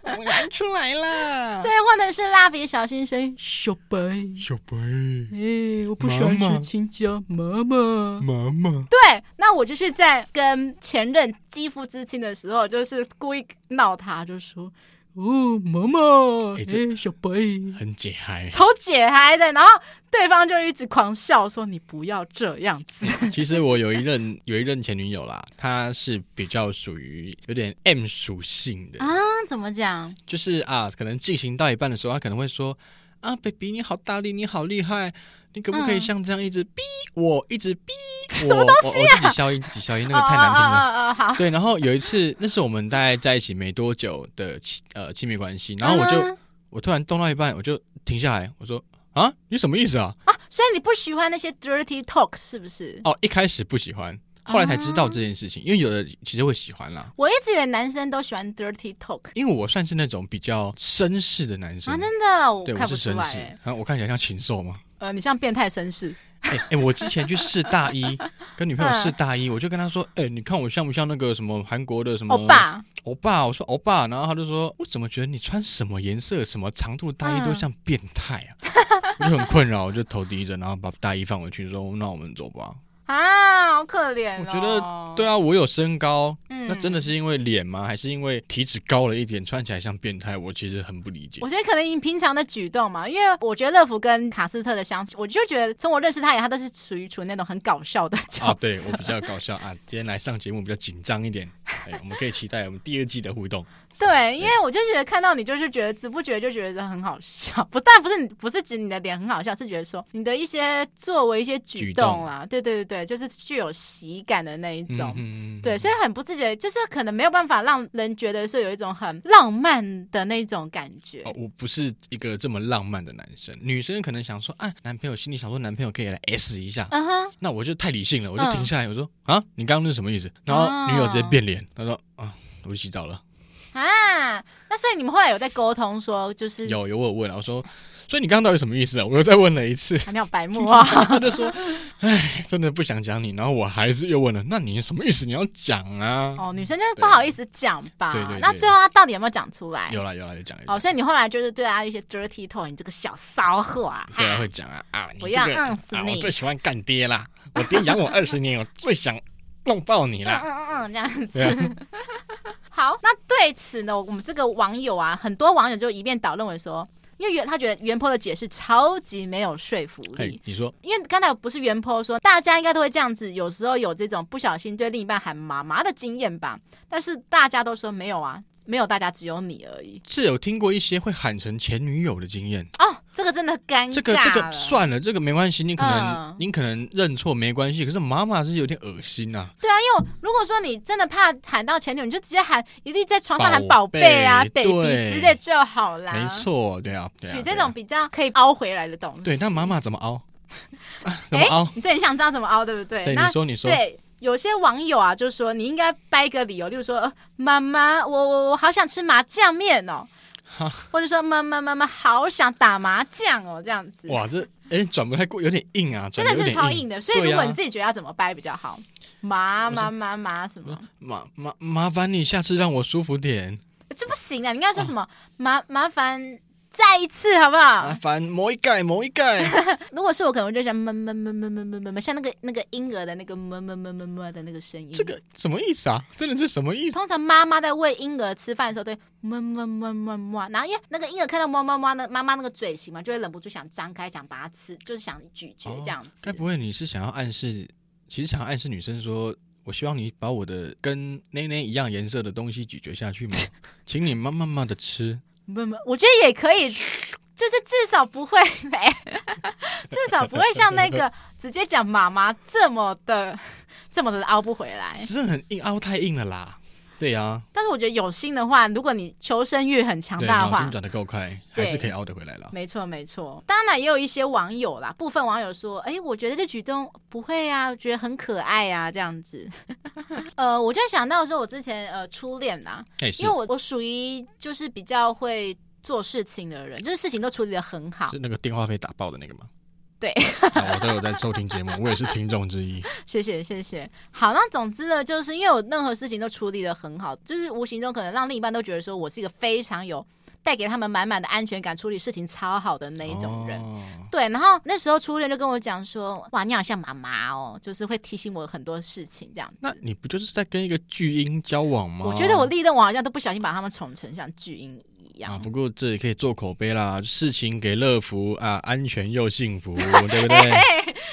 [SPEAKER 2] 我玩出来了。
[SPEAKER 1] 对，或者是蜡笔小新声小白，
[SPEAKER 2] 小白，
[SPEAKER 1] 哎、我不
[SPEAKER 2] 喜欢妈妈吃
[SPEAKER 1] 青椒，妈妈。
[SPEAKER 2] 妈妈，
[SPEAKER 1] 对，那我就是在跟前任肌肤之亲的时候，就是故意闹他，就说：“哦，妈妈，哎、
[SPEAKER 2] 哎这
[SPEAKER 1] 小白。”
[SPEAKER 2] 很解嗨。
[SPEAKER 1] 超解嗨的，然后对方就一直狂笑说：“你不要这样子。
[SPEAKER 2] 其实我有一任 有一任前女友啦，她是比较属于有点 M 属性”的，
[SPEAKER 1] 啊，怎么讲？
[SPEAKER 2] 就是啊，可能进行到一半的时候，她可能会说啊，baby 你好大力，你好厉害，你可不可以
[SPEAKER 1] 嗯
[SPEAKER 2] 像这样一直逼我，一直逼
[SPEAKER 1] 什
[SPEAKER 2] 我，
[SPEAKER 1] 么啊
[SPEAKER 2] 我我自己消音，自己消音，那个太难听了。
[SPEAKER 1] 哦哦哦哦好，
[SPEAKER 2] 对，然后有一次，那是我们大概在一起没多久的亲呃亲密关系，然后我就、
[SPEAKER 1] 嗯
[SPEAKER 2] 我突然动到一半，我就停下来，我说啊，你什么意思啊？
[SPEAKER 1] 啊，所以你不喜欢那些 dirty talk 是不是？
[SPEAKER 2] 哦，一开始不喜欢，后来才知道这件
[SPEAKER 1] 啊
[SPEAKER 2] 事情，因为有的其实会喜欢啦。
[SPEAKER 1] 我一直以为男生都喜欢 dirty talk
[SPEAKER 2] 因为我算是那种比较绅士的男生，
[SPEAKER 1] 啊，真的，我
[SPEAKER 2] 对，
[SPEAKER 1] 看
[SPEAKER 2] 我
[SPEAKER 1] 不
[SPEAKER 2] 是
[SPEAKER 1] 出
[SPEAKER 2] 绅
[SPEAKER 1] 来、
[SPEAKER 2] 士
[SPEAKER 1] 欸。。
[SPEAKER 2] 啊，我看起来像禽兽吗？
[SPEAKER 1] 呃，你像变态绅士，
[SPEAKER 2] 哎、哎、我之前去试大 一，跟女朋友
[SPEAKER 1] 嗯
[SPEAKER 2] 试大一，我就跟她说，哎、你看我像不像那个什么韩国的什么
[SPEAKER 1] 欧，巴，
[SPEAKER 2] 欧巴，我说欧巴，然后他就说，哦我怎么觉得你穿什么颜色、什么长度的大衣都像变态 啊？我就很困扰，我就头低着，然后把大衣放回去，说哦那我们走吧。
[SPEAKER 1] 啊，好可怜、哦。
[SPEAKER 2] 我觉得对，啊，我有身高，
[SPEAKER 1] 嗯
[SPEAKER 2] 那真的。是因为脸吗？还是因为体脂高了一点，穿起来像变态？我其实很不理解啊
[SPEAKER 1] 我。觉得可能你平常的举动嘛，因为我觉得乐福跟卡斯特的相处，我就觉得从我认识他以来，他都是属于处于那种很搞笑的角色。
[SPEAKER 2] 啊，对我比较搞笑啊，今天来上节目比较紧张一点，哎，我们可以期待我们第二季的互 动。
[SPEAKER 1] 对，因为我就觉得看到你，就是觉得只不觉就觉得很好笑。不但不是你，不是指你的脸很好笑，是觉得说你的一些作为一些举
[SPEAKER 2] 举
[SPEAKER 1] 动
[SPEAKER 2] 动
[SPEAKER 1] 啦，对对对对，就是具有喜感的那一种。
[SPEAKER 2] 嗯
[SPEAKER 1] 对，所以很不自觉，就是可能没有办法让人觉得是有一种很浪漫的那种感觉。
[SPEAKER 2] 哦，我不是一个这么浪漫的男生，女生可能想说，啊，男朋友心里想说，男朋友可以来 S 一下，
[SPEAKER 1] 嗯哼，
[SPEAKER 2] 那我就太理性了，我就
[SPEAKER 1] 嗯
[SPEAKER 2] 啊停下来，我说啊，你刚刚那是什么意思？然后女友直接变脸，她说啊，我去洗澡了。
[SPEAKER 1] 啊，那所以你们后来有在沟通说，就是
[SPEAKER 2] 有有我有问啊，我说，所以你刚刚到底什么意思啊？我又再问了一次，
[SPEAKER 1] 还没有白 目啊？
[SPEAKER 2] 他就说，哎，真的不想讲你。然后我还是又问了，那你什么意思？你要讲啊？
[SPEAKER 1] 哦，女生就是不好意思讲吧？
[SPEAKER 2] 对对对
[SPEAKER 1] 那最后她到底有没有讲出来？
[SPEAKER 2] 有啦有啦，有讲有
[SPEAKER 1] 哎
[SPEAKER 2] 讲
[SPEAKER 1] 哦，所以你后来就是对她一些 dirty talk，你这个小骚货啊，
[SPEAKER 2] 对啊，
[SPEAKER 1] 哈
[SPEAKER 2] 会讲啊啊，你
[SPEAKER 1] 不
[SPEAKER 2] 这
[SPEAKER 1] 要
[SPEAKER 2] 个
[SPEAKER 1] 嗯死
[SPEAKER 2] 啊，我
[SPEAKER 1] 你
[SPEAKER 2] 最喜欢干爹啦，我爹养我二十年，我最想弄爆
[SPEAKER 1] 嗯
[SPEAKER 2] 你啦。
[SPEAKER 1] 嗯嗯嗯，这样
[SPEAKER 2] 对啊
[SPEAKER 1] 子。 好，那对此呢，我们这个网友啊，很多网友就一面倒认为说，因为袁他觉得袁坡的解释超级没有说服
[SPEAKER 2] 嘿
[SPEAKER 1] 力。，
[SPEAKER 2] 你说
[SPEAKER 1] 因为刚才不是袁坡说，大家应该都会这样子，有时候有这种不小心对另一半喊“妈妈”的经验吧？但是大家都说没有啊，没有，大家只有你而已。
[SPEAKER 2] 是有听过一些会喊成前女友的经验，
[SPEAKER 1] 哦，这个真的尴尬了。
[SPEAKER 2] 这个这个算了，这个没关系，你可
[SPEAKER 1] 嗯
[SPEAKER 2] 能你可能认错没关系，可是妈妈是有点恶心啊。
[SPEAKER 1] 对啊，因为如果说你真的怕喊到前女友，你就直接喊，一定在床上喊宝
[SPEAKER 2] 宝
[SPEAKER 1] 贝啊、
[SPEAKER 2] 贝
[SPEAKER 1] baby
[SPEAKER 2] 对
[SPEAKER 1] 之类就好啦。
[SPEAKER 2] 没错，对啊，对啊
[SPEAKER 1] 取
[SPEAKER 2] 对
[SPEAKER 1] 这
[SPEAKER 2] 啊
[SPEAKER 1] 种比较可以凹回来的东西。
[SPEAKER 2] 对，那妈妈怎 么凹？啊怎么凹？
[SPEAKER 1] 你对你想知道怎么凹，对不对？
[SPEAKER 2] 对，你
[SPEAKER 1] 那
[SPEAKER 2] 说你说，
[SPEAKER 1] 对。有些网友啊，就说你应该掰一个理由，例如说，呃妈妈，我我我好想吃麻酱面哦，或者说妈妈妈妈好想打麻将哦，这样子，
[SPEAKER 2] 哇，这哎转不太过，有点硬啊，
[SPEAKER 1] 真
[SPEAKER 2] 转
[SPEAKER 1] 的
[SPEAKER 2] 得有
[SPEAKER 1] 是
[SPEAKER 2] 点
[SPEAKER 1] 超
[SPEAKER 2] 硬。
[SPEAKER 1] 硬的。所以
[SPEAKER 2] 对
[SPEAKER 1] 如果
[SPEAKER 2] 啊
[SPEAKER 1] 你自己觉得要怎么掰比较好，麻麻麻麻什么，
[SPEAKER 2] 麻麻麻烦你下次让我舒服点，
[SPEAKER 1] 这不行啊！你应该说什么麻麻烦再一次好不好
[SPEAKER 2] 麻？烦磨一盖磨一 盖。
[SPEAKER 1] 如果是我，可能就想么么么么么么么么，像那个那个婴儿的那个么么么么么的那个声音。
[SPEAKER 2] 这个什么意思啊？真的是什 么意思？
[SPEAKER 1] 通常妈妈在喂婴儿吃饭的时候，对么么么么么，然后因为那个婴儿看到么么么那妈妈那个嘴型嘛，就会忍不住想张开，想把它吃，就是想咀嚼
[SPEAKER 2] 哦
[SPEAKER 1] 这样子。
[SPEAKER 2] 该不会你是想要暗示，其实想要暗示女生说，我希望你把我的跟内内一样颜色的东西咀嚼下去吗？ 请你慢慢慢的吃。
[SPEAKER 1] 么么，我觉得也可以，就是至少不会，哎至少不会像那个直接讲妈妈这么的这么的凹不回来。
[SPEAKER 2] 真的很硬，凹太硬了啦。对呀、啊，
[SPEAKER 1] 但是我觉得有心的话，如果你求生欲很强
[SPEAKER 2] 对，
[SPEAKER 1] 大的
[SPEAKER 2] 脑
[SPEAKER 1] 话
[SPEAKER 2] 筋，转得够快，
[SPEAKER 1] 对
[SPEAKER 2] 还是可以凹得回来啦。
[SPEAKER 1] 没错，没错。当然也有一些网友啦，部分网友说：“哎，我觉得这举动不会啊，我觉得很可爱啊，这样子。” 呃，我就想到说，我之前呃初恋啦，
[SPEAKER 2] 哎，是
[SPEAKER 1] 因为我我属于就是比较会做事情的人，就是事情都处理的很好
[SPEAKER 2] 是。那个电话被打爆的那个吗？
[SPEAKER 1] 对
[SPEAKER 2] 啊，我都有在收听 节目，我也是听众之一。
[SPEAKER 1] 谢谢，谢谢。好，那总之呢，就是因为我任何事情都处理的很好，就是无形中可能让另一半都觉得说我是一个非常有带给他们满满的安全感、处理事情超好的那一种人。
[SPEAKER 2] 哦
[SPEAKER 1] 对，然后那时候初恋就跟我讲说，哇，你好像妈妈哦，就是会提醒我很多事情这样。
[SPEAKER 2] 那你不就是在跟一个巨婴交往吗？
[SPEAKER 1] 我觉得我历任我好像都不小心把他们宠成像巨婴一样。
[SPEAKER 2] 啊，不过这也可以做口碑啦，事情给乐福啊，安全又 幸福，对不对？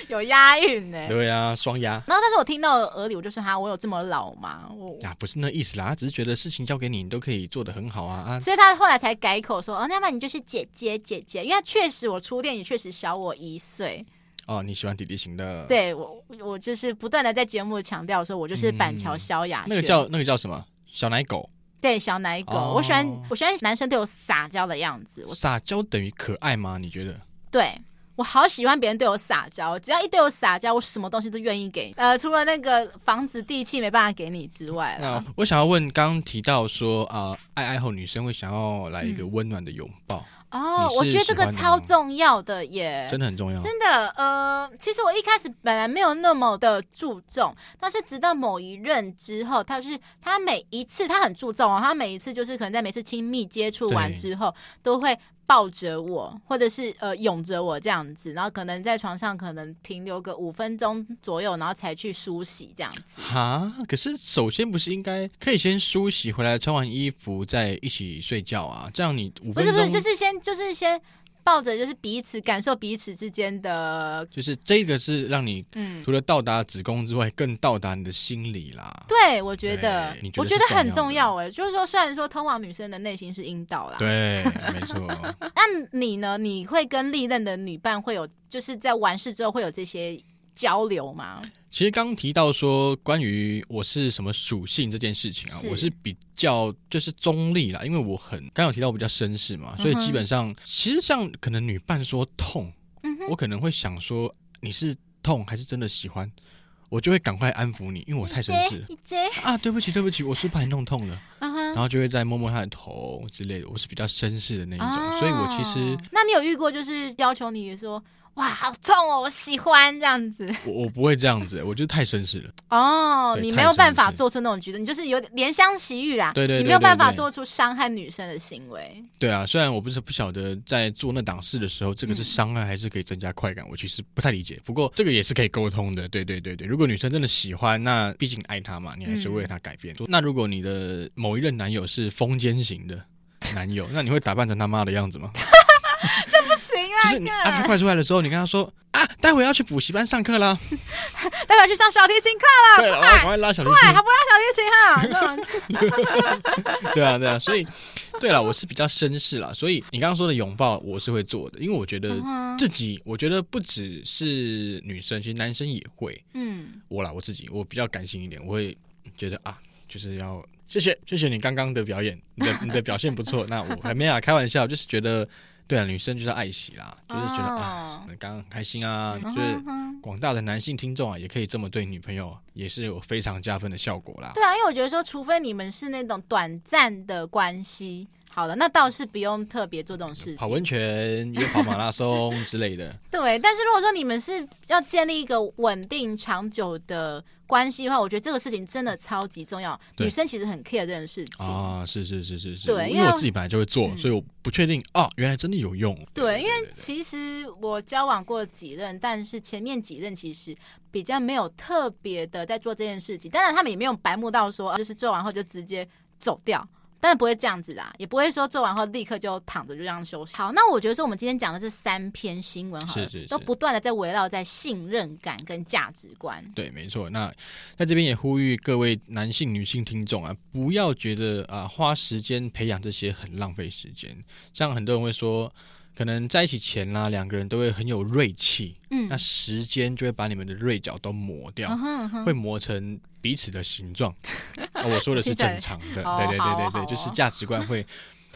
[SPEAKER 1] 有押韵呢、
[SPEAKER 2] 嗯对啊，双压
[SPEAKER 1] 然后但是我听到耳里，我就说哈，我有这么老吗？ 我。
[SPEAKER 2] 啊，不是那意思啦，只是觉得事情交给你，你都可以做得很好啊啊，
[SPEAKER 1] 所以他后来才改口说，哦，那么你就是姐姐姐姐，因为确实我初恋也确实小我一岁，
[SPEAKER 2] 哦，你喜欢弟弟型的，，
[SPEAKER 1] 对我我就是不断的在节目强调说我就是板桥
[SPEAKER 2] 嗯
[SPEAKER 1] 萧亚轩、
[SPEAKER 2] 那个叫那个叫什么小奶狗，
[SPEAKER 1] 对小奶狗，
[SPEAKER 2] 哦
[SPEAKER 1] 我喜欢我喜欢男生对我撒娇的样子，我
[SPEAKER 2] 撒娇等于可爱吗？你觉得？
[SPEAKER 1] 对我好喜欢别人对我撒娇，只要一对我撒娇，我什么东西都愿意给你。呃，除了那个房子地契没办法给你之外啦
[SPEAKER 2] 那，我想要问，刚刚提到说啊、爱爱后女生会想要来一
[SPEAKER 1] 嗯
[SPEAKER 2] 个温暖的拥抱，
[SPEAKER 1] 哦，
[SPEAKER 2] 你
[SPEAKER 1] 我
[SPEAKER 2] 是
[SPEAKER 1] 觉得这个
[SPEAKER 2] 喜欢的
[SPEAKER 1] 超
[SPEAKER 2] 吗
[SPEAKER 1] 重要的耶。
[SPEAKER 2] 真的很重要。
[SPEAKER 1] 真的，呃，其实我一开始本来没有那么的注重，但是直到某一任之后，他是他每一次他很注重哦，他每一次就是可能在每次亲密接触完
[SPEAKER 2] 对
[SPEAKER 1] 之后，都会抱着我，或者是呃拥着我这样子，然后可能在床上可能停留个五分钟左右，然后才去梳洗这样子。
[SPEAKER 2] 哈，可是首先不是应该可以先梳洗回来，穿完衣服再一起睡觉啊？这样你五
[SPEAKER 1] 不
[SPEAKER 2] 分
[SPEAKER 1] 是
[SPEAKER 2] 钟
[SPEAKER 1] 不是，就是先就是先抱着，就是彼此感受彼此之间的
[SPEAKER 2] 就是这个是让你
[SPEAKER 1] 嗯。
[SPEAKER 2] 除了到达子宫之外，更到达你的心里啦。
[SPEAKER 1] 对，我觉得
[SPEAKER 2] 对你，觉
[SPEAKER 1] 我
[SPEAKER 2] 得
[SPEAKER 1] 觉
[SPEAKER 2] 是
[SPEAKER 1] 得
[SPEAKER 2] 重
[SPEAKER 1] 很
[SPEAKER 2] 要
[SPEAKER 1] 重
[SPEAKER 2] 的
[SPEAKER 1] 要哎，就是说，虽然说通往女生的内心是阴道啦，
[SPEAKER 2] 对，没错。
[SPEAKER 1] 但你呢，你会跟历任的女伴会有，就是在完事之后会有这些交流吗？
[SPEAKER 2] 其实刚提到说关于我是什么属性这件事情啊，
[SPEAKER 1] 是
[SPEAKER 2] 我是比较就是中立啦，因为我很刚有提到我比较绅士嘛，
[SPEAKER 1] 嗯哼
[SPEAKER 2] 所以基本上、其实像可能女伴说痛，
[SPEAKER 1] 嗯哼，
[SPEAKER 2] 我可能会想说你是痛还是真的喜欢？我就会赶快安抚你，因为我太生气了
[SPEAKER 1] 一接
[SPEAKER 2] 啊！对不起，对不起，我是不是把你弄痛了？
[SPEAKER 1] 啊哈
[SPEAKER 2] 然后就会再摸摸他的头之类的。我是比较绅士的那一种，
[SPEAKER 1] 哦
[SPEAKER 2] 所以我其实
[SPEAKER 1] 那你有遇过就是要求你说哇好痛哦，我喜欢这样子
[SPEAKER 2] 我我不会这样子，我就是太绅士了。
[SPEAKER 1] 哦，
[SPEAKER 2] 对
[SPEAKER 1] 你
[SPEAKER 2] 太
[SPEAKER 1] 没有办法
[SPEAKER 2] 生气
[SPEAKER 1] 做出那种举动，你就是有点怜香惜玉啦，啊
[SPEAKER 2] 对对对
[SPEAKER 1] 你没有办法
[SPEAKER 2] 对对
[SPEAKER 1] 做出伤害女生的行为。
[SPEAKER 2] 对啊，虽然我不是不晓得在做那档事的时候，这个是伤害还是可以增加快感，我其实不太理解。不过这个也是可以沟通的，对对对对。如果女生真的喜欢，那毕竟爱她嘛，你还是为了她改变。那如果你的某一任男友是风间型的男友， 那你会打扮成他妈的样子吗？
[SPEAKER 1] 不行
[SPEAKER 2] 就
[SPEAKER 1] 啦，
[SPEAKER 2] 是你啊，他
[SPEAKER 1] 干
[SPEAKER 2] 快出来的时候，你跟他说啊，待会要去补习班上课啦，
[SPEAKER 1] 待会去上小提琴课，
[SPEAKER 2] 对 啊了，我赶快拉小提琴
[SPEAKER 1] 快，还不拉小 提琴哈？这样子
[SPEAKER 2] 对啊，对啊，所以，对了，我是比较绅士啦，所以你刚刚说的拥抱，我是会做的，因为我觉得
[SPEAKER 1] 嗯哼
[SPEAKER 2] 自己，我觉得不只是女生，其实男生也会。
[SPEAKER 1] 嗯，
[SPEAKER 2] 我啦，我自己，我比较感性一点，我会觉得啊，就是要谢谢谢谢你刚刚的表演，你的你的表现不 错。那我还没啊，开玩笑，就是觉得，对啊，女生就是爱惜啦，就是觉得、啊
[SPEAKER 1] 哦，
[SPEAKER 2] 刚刚很开心啊，就
[SPEAKER 1] 嗯
[SPEAKER 2] 是
[SPEAKER 1] 哼哼
[SPEAKER 2] 广大的男性听众啊，也可以这么对女朋友，也是有非常加分的效果啦。
[SPEAKER 1] 对啊，因为我觉得说，除非你们是那种短暂的关系，好了，那倒是不用特别做这种事
[SPEAKER 2] 跑
[SPEAKER 1] 情。
[SPEAKER 2] 温泉、约跑马拉松之 类的，
[SPEAKER 1] 对，但是如果说你们是要建立一个稳定长久的关系的话，我觉得这个事情真的超级重要。
[SPEAKER 2] 对
[SPEAKER 1] 女生其实很 care 这件事情。
[SPEAKER 2] 啊，是是是是是，
[SPEAKER 1] 对
[SPEAKER 2] 因
[SPEAKER 1] 因
[SPEAKER 2] 为
[SPEAKER 1] 为
[SPEAKER 2] 我自己本来就会做，
[SPEAKER 1] 嗯
[SPEAKER 2] 所以我不确定啊，原来真的有用。
[SPEAKER 1] 对，因
[SPEAKER 2] 对
[SPEAKER 1] 为
[SPEAKER 2] 对
[SPEAKER 1] 其实我交往过几任，但是前面几任其实比较没有特别的在做这件事情。当然，他们也没有白目到说啊就是做完后就直接走掉，当然不会这样子啦，也不会说做完后立刻就躺着就这样休息。好，那我觉得说我们今天讲的这三篇新闻，好了，
[SPEAKER 2] 是是是
[SPEAKER 1] 都不断的在围绕在信任感跟价值观。
[SPEAKER 2] 对，没错。那在这边也呼吁各位男性、女性听众啊，不要觉得啊花时间培养这些很浪费时间。像很多人会说，可能在一起前啦、两个人都会很有锐气，
[SPEAKER 1] 嗯
[SPEAKER 2] 那，时间就会把你们的锐角都磨掉，
[SPEAKER 1] 嗯哼嗯哼
[SPEAKER 2] 会磨成彼此的形状。 哦我说的是
[SPEAKER 1] 听起来
[SPEAKER 2] 正常的，
[SPEAKER 1] 哦
[SPEAKER 2] 对对
[SPEAKER 1] 好
[SPEAKER 2] 对
[SPEAKER 1] 哦
[SPEAKER 2] 对
[SPEAKER 1] 好
[SPEAKER 2] 对，
[SPEAKER 1] 哦
[SPEAKER 2] 就是价值观会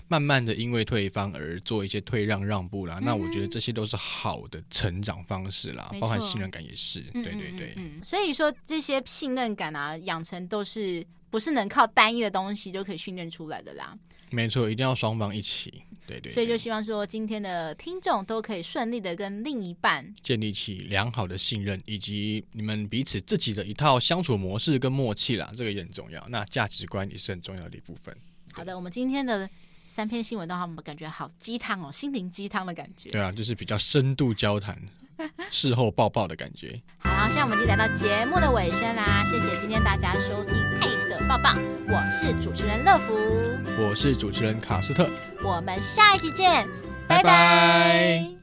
[SPEAKER 2] 慢慢的因为对方而做一些退让让步啦。那我觉得这些都是好的成长方式啦
[SPEAKER 1] 嗯没，错
[SPEAKER 2] 包含信任感也是。
[SPEAKER 1] 嗯
[SPEAKER 2] 对对对，
[SPEAKER 1] 嗯嗯嗯所以说这些信任感啊，养成都是不是能靠单一的东西就可以训练出来的啦。
[SPEAKER 2] 没错，一定要双方一起。对对对，
[SPEAKER 1] 所以就希望说，今天的听众都可以顺利的跟另一半，
[SPEAKER 2] 建立起良好的信任，以及你们彼此自己的一套相处模式跟默契啦，这个也很重要。那价值观也是很重要的一部分。
[SPEAKER 1] 好的，我们今天的三篇新闻的话，我们感觉好鸡汤哦，心灵鸡汤的感觉。
[SPEAKER 2] 对啊，就是比较深度交谈，事后抱抱的感觉。
[SPEAKER 1] 好，现在我们已经来到节目的尾声啦，谢谢今天大家收听《爱的棒棒》，我是主持人乐福，
[SPEAKER 2] 我是主持人卡斯特，
[SPEAKER 1] 我们下一集见，
[SPEAKER 2] 拜
[SPEAKER 1] 拜
[SPEAKER 2] 拜
[SPEAKER 1] 拜